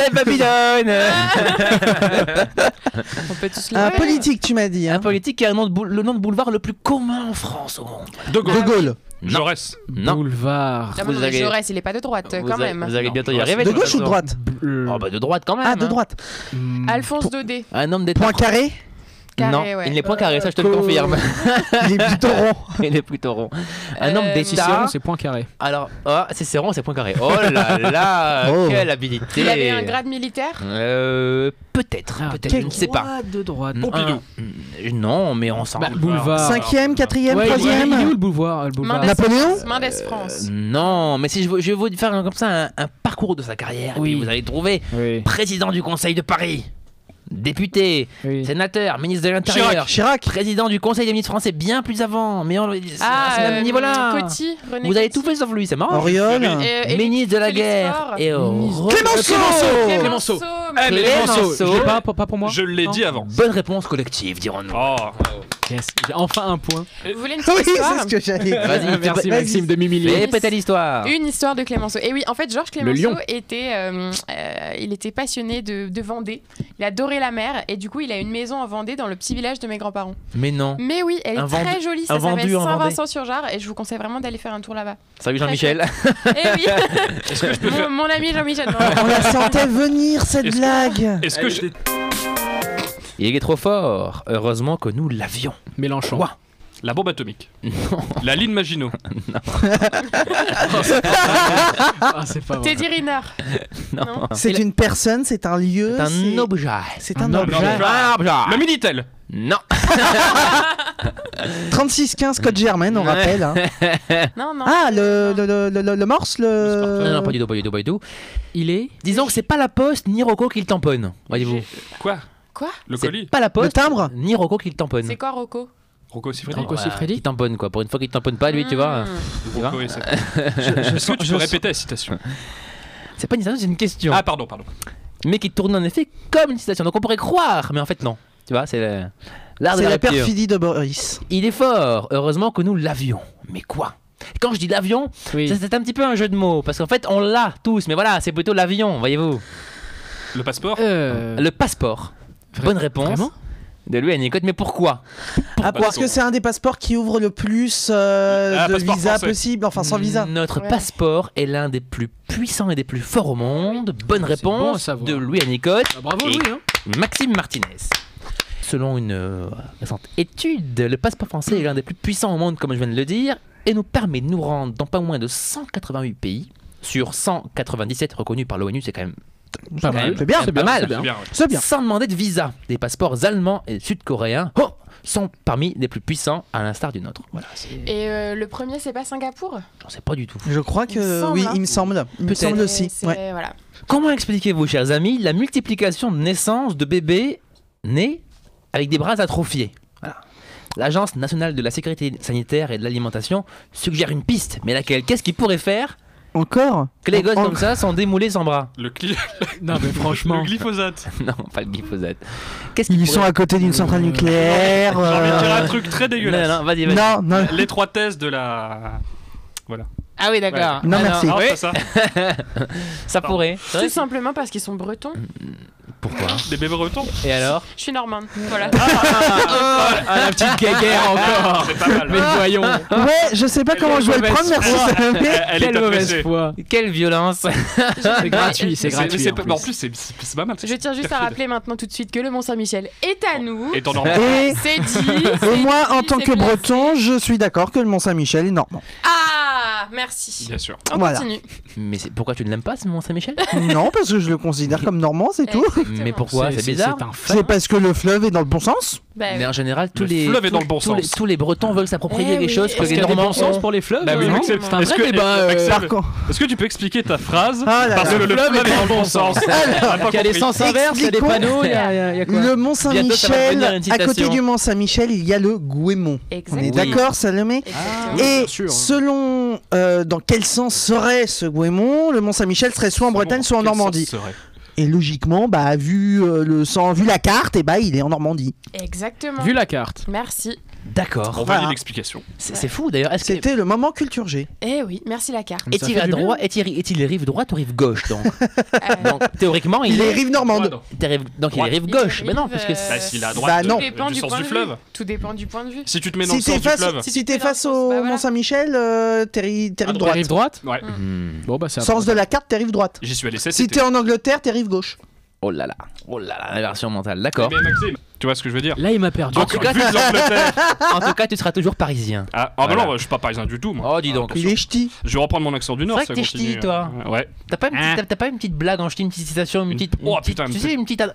Speaker 2: c'est Babylone.
Speaker 5: On peut tous
Speaker 1: Un
Speaker 2: Ah,
Speaker 5: l'enlever.
Speaker 1: politique, tu m'as dit. hein.
Speaker 2: Un politique qui a un nom de boule- le nom de boulevard le plus commun en France au monde.
Speaker 6: De Gaulle.
Speaker 1: De Gaulle.
Speaker 2: Non.
Speaker 6: Jaurès.
Speaker 2: Non.
Speaker 4: Boulevard.
Speaker 5: Ah, non,
Speaker 2: Vous
Speaker 5: mais
Speaker 2: allez-
Speaker 5: Jaurès, il est pas de droite
Speaker 2: Vous
Speaker 5: quand
Speaker 2: allez-
Speaker 5: même.
Speaker 2: Vous allez
Speaker 6: Non.
Speaker 2: bientôt y arriver.
Speaker 1: De
Speaker 2: toute
Speaker 1: gauche ou de
Speaker 2: façon.
Speaker 1: droite
Speaker 4: Bleu.
Speaker 2: Oh bah de droite quand même.
Speaker 1: Ah, de
Speaker 2: hein.
Speaker 1: droite.
Speaker 4: Mm.
Speaker 5: Alphonse Daudet,
Speaker 2: Un homme d'État.
Speaker 1: Point carré,
Speaker 5: Carré,
Speaker 2: non,
Speaker 5: ouais.
Speaker 2: il n'est point carré, ça je te le
Speaker 4: Euh,
Speaker 2: confirme.
Speaker 1: il est plutôt rond.
Speaker 2: il est plutôt rond. Un
Speaker 5: Euh,
Speaker 2: homme d'État.
Speaker 4: Cicéron, c'est point carré.
Speaker 2: Alors, ah, Cicéron, c'est point carré. Oh là là,
Speaker 1: Oh.
Speaker 2: quelle habilité.
Speaker 5: il avait un grade militaire.
Speaker 2: Euh, peut-être, peut-être, je ne sais pas.
Speaker 4: de droite.
Speaker 6: Pompidou.
Speaker 2: Un- non, mais on s'en
Speaker 4: Bah,
Speaker 6: Ah.
Speaker 4: boulevard.
Speaker 1: Cinquième, quatrième,
Speaker 4: Ouais, il est- Il est où
Speaker 1: troisième.
Speaker 4: le boulevard, le boulevard
Speaker 5: Mendès
Speaker 1: Napoléon
Speaker 5: France.
Speaker 2: Euh,
Speaker 5: Mendès France.
Speaker 2: Non, mais si je, veux- je vais vous faire un- comme ça un, un parcours de sa carrière,
Speaker 4: Oui.
Speaker 2: et puis vous allez trouver
Speaker 4: Oui,
Speaker 2: président du Conseil de Paris, député,
Speaker 4: oui.
Speaker 2: sénateur, ministre de l'Intérieur,
Speaker 1: Chirac.
Speaker 5: Oh,
Speaker 2: président du Conseil des ministres français, bien plus avant. Mais on, c'est
Speaker 5: Ah,
Speaker 2: à ce
Speaker 5: euh,
Speaker 2: niveau-là.
Speaker 5: Coty, René
Speaker 2: Vous avez
Speaker 5: Coty.
Speaker 2: tout fait sauf lui, c'est marrant.
Speaker 1: Auriol.
Speaker 6: Clémenceau.
Speaker 5: Euh, Élie-
Speaker 2: Ministre de la
Speaker 5: Félix
Speaker 2: guerre
Speaker 5: Faure.
Speaker 2: et
Speaker 4: Ministre.
Speaker 2: heureux-
Speaker 1: Clémenceau
Speaker 2: Oh.
Speaker 4: Clémenceau.
Speaker 2: Euh,
Speaker 5: Mais-
Speaker 6: Eh, mais
Speaker 2: Clémenceau.
Speaker 6: Clémenceau.
Speaker 4: Je- pas, pas pour moi.
Speaker 6: Je l'ai
Speaker 4: Non.
Speaker 6: dit avant.
Speaker 2: Bonne réponse collective, dirons-nous.
Speaker 6: Oh.
Speaker 4: Yes, J'ai enfin un point.
Speaker 5: Vous voulez une petite
Speaker 1: Oui, c'est
Speaker 5: histoire
Speaker 1: ce que j'allais dire.
Speaker 2: Vas-y,
Speaker 4: Merci
Speaker 1: vas-y.
Speaker 4: Maxime de
Speaker 2: Fais
Speaker 4: m'humilier.
Speaker 2: péter l'histoire.
Speaker 5: Une histoire de Clémenceau. Et oui, en fait, Georges Clémenceau
Speaker 4: lion.
Speaker 5: était, euh, euh, il était passionné de, de Vendée. Il adorait la mer et du coup, il a une maison en Vendée dans le petit village de mes grands-parents.
Speaker 2: Mais non.
Speaker 5: Mais oui, elle est
Speaker 2: Un vendu-
Speaker 5: très jolie.
Speaker 2: un
Speaker 5: Ça s'appelle
Speaker 2: vendu en Vendée.
Speaker 5: Saint-Vincent-sur-Jard et je vous conseille vraiment d'aller faire un tour là-bas.
Speaker 2: Salut Jean-Michel.
Speaker 5: Et Eh oui, mon, mon ami Jean-Michel. non.
Speaker 1: On la sentait venir cette
Speaker 6: Est-ce-
Speaker 1: blague.
Speaker 6: Est-ce que je...
Speaker 2: Il est trop fort. Heureusement que nous l'avions.
Speaker 4: Mélenchon.
Speaker 2: Ouah.
Speaker 6: La bombe atomique. La ligne Maginot.
Speaker 4: Ah, c'est pas vrai.
Speaker 5: Teddy Riner. Non.
Speaker 1: C'est une personne, c'est un lieu.
Speaker 2: C'est un objet.
Speaker 1: C'est un
Speaker 4: Un
Speaker 1: objet.
Speaker 6: objet.
Speaker 2: Un
Speaker 6: Le
Speaker 2: objet.
Speaker 6: Minitel.
Speaker 2: Non.
Speaker 1: 36-15 code Germaine, on
Speaker 2: Ouais.
Speaker 1: rappelle. hein.
Speaker 5: Non, non.
Speaker 1: Ah, le, le, le, le, le- le morse, le.
Speaker 2: Non, non, pas du tout, pas du tout, pas du tout.
Speaker 4: Il est
Speaker 2: Disons que c'est pas la poste ni Rocco qui le tamponne. Voyez-vous.
Speaker 6: Quoi
Speaker 5: Quoi
Speaker 6: Le
Speaker 2: C'est
Speaker 6: colis.
Speaker 2: Pas la poste.
Speaker 1: Le timbre
Speaker 2: Ni Rocco qui le tamponne.
Speaker 5: C'est quoi Rocco
Speaker 6: Rocco Siffredi.
Speaker 4: Rocco Siffredi
Speaker 2: Il tamponne quoi. Pour une fois qu'il tamponne pas, Ah, lui, tu vois.
Speaker 5: Mmh.
Speaker 2: Tu vois
Speaker 6: Rocco et sa-
Speaker 4: je
Speaker 6: Est-ce que tu peux
Speaker 4: sens-
Speaker 6: répéter la citation
Speaker 2: C'est pas une citation, c'est une question.
Speaker 6: Ah, pardon, pardon.
Speaker 2: Mais qui tourne en effet comme une citation. Donc on pourrait croire, mais en fait non. Tu vois, c'est Ah, le- Ah, l'art de
Speaker 1: C'est
Speaker 2: la
Speaker 1: la
Speaker 2: rupture.
Speaker 1: perfidie de Boris.
Speaker 2: Il est fort. Heureusement que nous l'avions. Mais quoi Quand je dis l'avion,
Speaker 4: Oui.
Speaker 2: ça, c'est un petit peu un jeu de mots. Parce qu'en fait, on l'a tous. Mais voilà, c'est plutôt l'avion, voyez-vous.
Speaker 6: Le passeport
Speaker 4: Euh,
Speaker 2: Euh, Le passeport.
Speaker 4: vra-
Speaker 2: Bonne réponse.
Speaker 4: Vraiment
Speaker 2: de
Speaker 4: Bah,
Speaker 2: lui à Nicole, mais pourquoi
Speaker 1: Ah,
Speaker 6: Pourquoi
Speaker 1: parce que c'est un des passeports qui ouvre le plus euh,
Speaker 6: Ah,
Speaker 1: de
Speaker 6: passeport
Speaker 1: visas
Speaker 6: français.
Speaker 1: possible, enfin sans visa.
Speaker 2: Notre
Speaker 5: Ouais.
Speaker 2: passeport est l'un des plus puissants et des plus forts au monde. Bonne
Speaker 4: C'est bon à
Speaker 2: réponse
Speaker 4: savoir.
Speaker 2: de Louis Anicotte,
Speaker 4: Ah, bravo,
Speaker 2: Et-
Speaker 4: oui. Hein.
Speaker 2: Maxime Martinez. Selon une euh, récente étude, le passeport français est l'un des plus puissants au monde, comme je viens de le dire, et nous permet de nous rendre dans pas moins de 188 pays sur 197 reconnus par l'ONU, c'est quand même
Speaker 4: Pas
Speaker 2: mal.
Speaker 1: C'est bien,
Speaker 2: Pas mal.
Speaker 4: c'est bien.
Speaker 6: Bien, ouais.
Speaker 1: C'est bien.
Speaker 2: sans demander de visa. Des passeports allemands et sud-coréens oh, sont parmi les plus puissants, à l'instar du nôtre. Voilà, c'est-
Speaker 5: Et euh, le premier, c'est pas Singapour
Speaker 2: j'en sais pas du tout.
Speaker 1: Je crois
Speaker 5: Il me
Speaker 1: que
Speaker 5: semble,
Speaker 1: oui,
Speaker 5: hein.
Speaker 1: il me semble. Il me semble
Speaker 5: C'est-
Speaker 1: aussi.
Speaker 5: c'est-
Speaker 1: ouais.
Speaker 5: voilà.
Speaker 2: Comment expliquez-vous, chers amis, la multiplication de naissances de bébés nés avec des bras atrophiés Voilà. L'Agence nationale de la sécurité sanitaire et de l'alimentation suggère une piste, mais laquelle Qu'est-ce qu'ils pourraient faire
Speaker 1: Encore
Speaker 2: que les gosses
Speaker 1: En-
Speaker 2: comme ça sont démoulés sans bras
Speaker 6: Le, cli-
Speaker 4: Non, mais
Speaker 6: le
Speaker 4: franchement.
Speaker 6: glyphosate.
Speaker 2: Non, pas le glyphosate. Qu'est-ce qu'ils
Speaker 1: Ils
Speaker 2: pourraient-
Speaker 1: sont à côté d'une centrale nucléaire.
Speaker 6: J'ai envie de dire
Speaker 1: euh,
Speaker 6: un truc très dégueulasse.
Speaker 2: Non, non, vas-y, vas-y.
Speaker 1: Non, non,
Speaker 6: L'étroitesse de la.
Speaker 2: Ah oui, d'accord.
Speaker 1: Non, merci.
Speaker 6: Non,
Speaker 2: oui,
Speaker 6: c'est pas ça.
Speaker 2: ça pourrait. C'est vrai
Speaker 5: Tout simplement parce qu'ils sont bretons.
Speaker 2: que- Pourquoi
Speaker 6: Des bébés bretons
Speaker 2: Et alors
Speaker 5: Je suis normande. Voilà.
Speaker 4: Ah, la petite guéguerre encore
Speaker 6: Ah, C'est pas mal.
Speaker 4: Mais voyons
Speaker 1: Ouais, je sais pas
Speaker 6: Elle
Speaker 1: comment
Speaker 6: est
Speaker 1: je dois le
Speaker 4: mauvaise
Speaker 1: prendre, merci
Speaker 6: foi.
Speaker 1: Salomé.
Speaker 6: Elle, elle est
Speaker 4: Quelle
Speaker 6: top
Speaker 4: mauvaise
Speaker 6: pressée.
Speaker 4: foi
Speaker 2: Quelle violence
Speaker 4: C'est gratuit, c'est
Speaker 6: Mais mais
Speaker 4: gratuit. en
Speaker 6: pas-
Speaker 4: plus.
Speaker 6: mais en plus, c'est- c'est c'est pas mal.
Speaker 5: Je tiens juste à rappeler maintenant tout de suite que le Mont-Saint-Michel est à nous.
Speaker 6: Et t'en en
Speaker 1: Et,
Speaker 5: C'est dit.
Speaker 1: et
Speaker 5: c'est
Speaker 1: moi,
Speaker 5: dit,
Speaker 1: en tant
Speaker 5: c'est
Speaker 1: que
Speaker 5: bien.
Speaker 1: breton, je suis d'accord que le Mont-Saint-Michel est normand.
Speaker 5: Ah, merci.
Speaker 6: Bien sûr.
Speaker 5: On
Speaker 1: Voilà.
Speaker 5: continue.
Speaker 2: Mais c'est- pourquoi tu ne l'aimes pas ce Mont-Saint-Michel
Speaker 1: Non, parce que je le considère comme normand, c'est tout.
Speaker 5: Exactement.
Speaker 2: Mais pourquoi Eh, C'est bizarre
Speaker 4: C'est un fait.
Speaker 1: C'est parce que le fleuve est dans le bon sens
Speaker 5: Bah,
Speaker 2: Mais en général, tous
Speaker 6: Le
Speaker 2: les,
Speaker 6: fleuve est dans
Speaker 2: tous-
Speaker 6: le bon
Speaker 2: tous les-
Speaker 6: sens.
Speaker 2: tous les Bretons veulent s'approprier
Speaker 5: Eh
Speaker 2: les
Speaker 5: oui.
Speaker 2: choses que
Speaker 5: Est-ce
Speaker 2: les
Speaker 4: Parce qu'il y a des
Speaker 2: Normands
Speaker 4: bons sens
Speaker 2: ont.
Speaker 4: pour les fleuves
Speaker 6: Bah oui,
Speaker 4: non
Speaker 6: mais c'est-
Speaker 4: C'est un
Speaker 6: est-ce
Speaker 4: vrai
Speaker 6: que-
Speaker 4: débat.
Speaker 6: est-ce que-
Speaker 4: euh,
Speaker 6: Axel-
Speaker 1: Par contre,
Speaker 6: Est-ce que tu peux expliquer ta phrase
Speaker 1: Ah là
Speaker 6: Parce
Speaker 1: là.
Speaker 6: que le
Speaker 4: Le fleuve
Speaker 6: fleuve
Speaker 4: est
Speaker 6: est dans le
Speaker 4: dans
Speaker 6: bon
Speaker 4: le
Speaker 6: sens. On a pas
Speaker 4: Il y a des
Speaker 6: compris.
Speaker 4: sens inverses, il y a des
Speaker 1: Expliquons.
Speaker 2: Oh,
Speaker 4: panneaux, il y a, il y a- il y a quoi
Speaker 1: le
Speaker 2: Bientôt, ça va devenir
Speaker 1: Mont-Saint-Michel,
Speaker 2: une
Speaker 1: à côté
Speaker 2: citation.
Speaker 1: du Mont-Saint-Michel, il y a le Gouémont. On
Speaker 5: exactement.
Speaker 1: est d'accord, Salomé
Speaker 5: Exactement.
Speaker 4: Oui,
Speaker 1: Et
Speaker 4: bien sûr.
Speaker 1: selon euh, dans quel sens serait ce Goémon, le Mont-Saint-Michel serait soit en Bretagne, soit en
Speaker 6: Quel sens
Speaker 1: Normandie.
Speaker 6: serait
Speaker 1: Et logiquement, bah vu euh, le sang, vu la carte, et bah il est en Normandie.
Speaker 5: Exactement.
Speaker 4: Vu la carte.
Speaker 5: Merci.
Speaker 6: On
Speaker 2: D'accord.
Speaker 6: valide
Speaker 1: Voilà.
Speaker 6: l'explication.
Speaker 2: C'est c'est fou d'ailleurs. Est-ce que
Speaker 1: C'était le moment culture G.
Speaker 5: Eh oui, merci la carte.
Speaker 4: Mais ça
Speaker 2: est-il
Speaker 4: fait
Speaker 2: à
Speaker 4: du bien.
Speaker 2: droite Est-il est-il rive droite ou rive gauche donc
Speaker 5: Euh,
Speaker 2: Donc théoriquement, il
Speaker 1: Il est
Speaker 2: est
Speaker 1: rive normande.
Speaker 2: t'es rive- donc il est
Speaker 6: Droite.
Speaker 2: rive gauche.
Speaker 5: Il
Speaker 2: Mais non,
Speaker 5: arrive,
Speaker 2: parce que
Speaker 5: euh,
Speaker 6: Ah, Bah, s'il est à
Speaker 5: tout
Speaker 6: droite
Speaker 1: Bah,
Speaker 6: de-
Speaker 1: non.
Speaker 5: dépend
Speaker 6: du sens
Speaker 5: point
Speaker 6: du
Speaker 5: de
Speaker 6: fleuve.
Speaker 5: vue. Tout dépend du point de vue.
Speaker 6: Si tu te mets dans
Speaker 1: Si
Speaker 6: le
Speaker 1: t'es
Speaker 6: sens du
Speaker 1: face,
Speaker 6: fleuve.
Speaker 1: si
Speaker 5: Si tu
Speaker 1: t'es
Speaker 5: fais dans
Speaker 1: face
Speaker 5: le sens,
Speaker 1: au
Speaker 5: bah voilà.
Speaker 1: Mont-Saint-Michel, euh, t'es ri- t'es rive droite.
Speaker 4: Rive droite
Speaker 6: Ouais.
Speaker 2: Hmm.
Speaker 4: Bon bah c'est
Speaker 1: Sens de la carte, t'es rive droite.
Speaker 6: J'y suis allé cet
Speaker 1: Si
Speaker 6: été.
Speaker 1: t'es en Angleterre, t'es rive gauche.
Speaker 2: Oh là là, oh là là, la version mentale. D'accord.
Speaker 6: Mais Eh Maxime, tu vois ce que je veux dire
Speaker 4: Là il m'a perdu.
Speaker 6: Donc,
Speaker 2: tout cas-
Speaker 6: vu de l'Angleterre.
Speaker 2: En tout cas, tu seras toujours parisien.
Speaker 6: Ah, ah bah
Speaker 2: Voilà.
Speaker 6: non, je suis pas parisien du tout, moi.
Speaker 2: Oh, dis donc.
Speaker 6: Ah,
Speaker 1: Il est ch'ti.
Speaker 6: Je vais reprendre mon accent du Nord,
Speaker 2: vrai
Speaker 6: ça
Speaker 2: que t'es
Speaker 6: continue.
Speaker 2: ch'ti, toi.
Speaker 6: Ouais.
Speaker 2: T'as pas, une petite-
Speaker 4: Hein
Speaker 2: t'as- t'as pas une petite blague en ch'ti, une petite citation, une
Speaker 6: Une-
Speaker 2: petite.
Speaker 6: Oh,
Speaker 2: une petite-
Speaker 6: putain, une
Speaker 2: tu sais,
Speaker 6: petite-
Speaker 2: une petite. euh,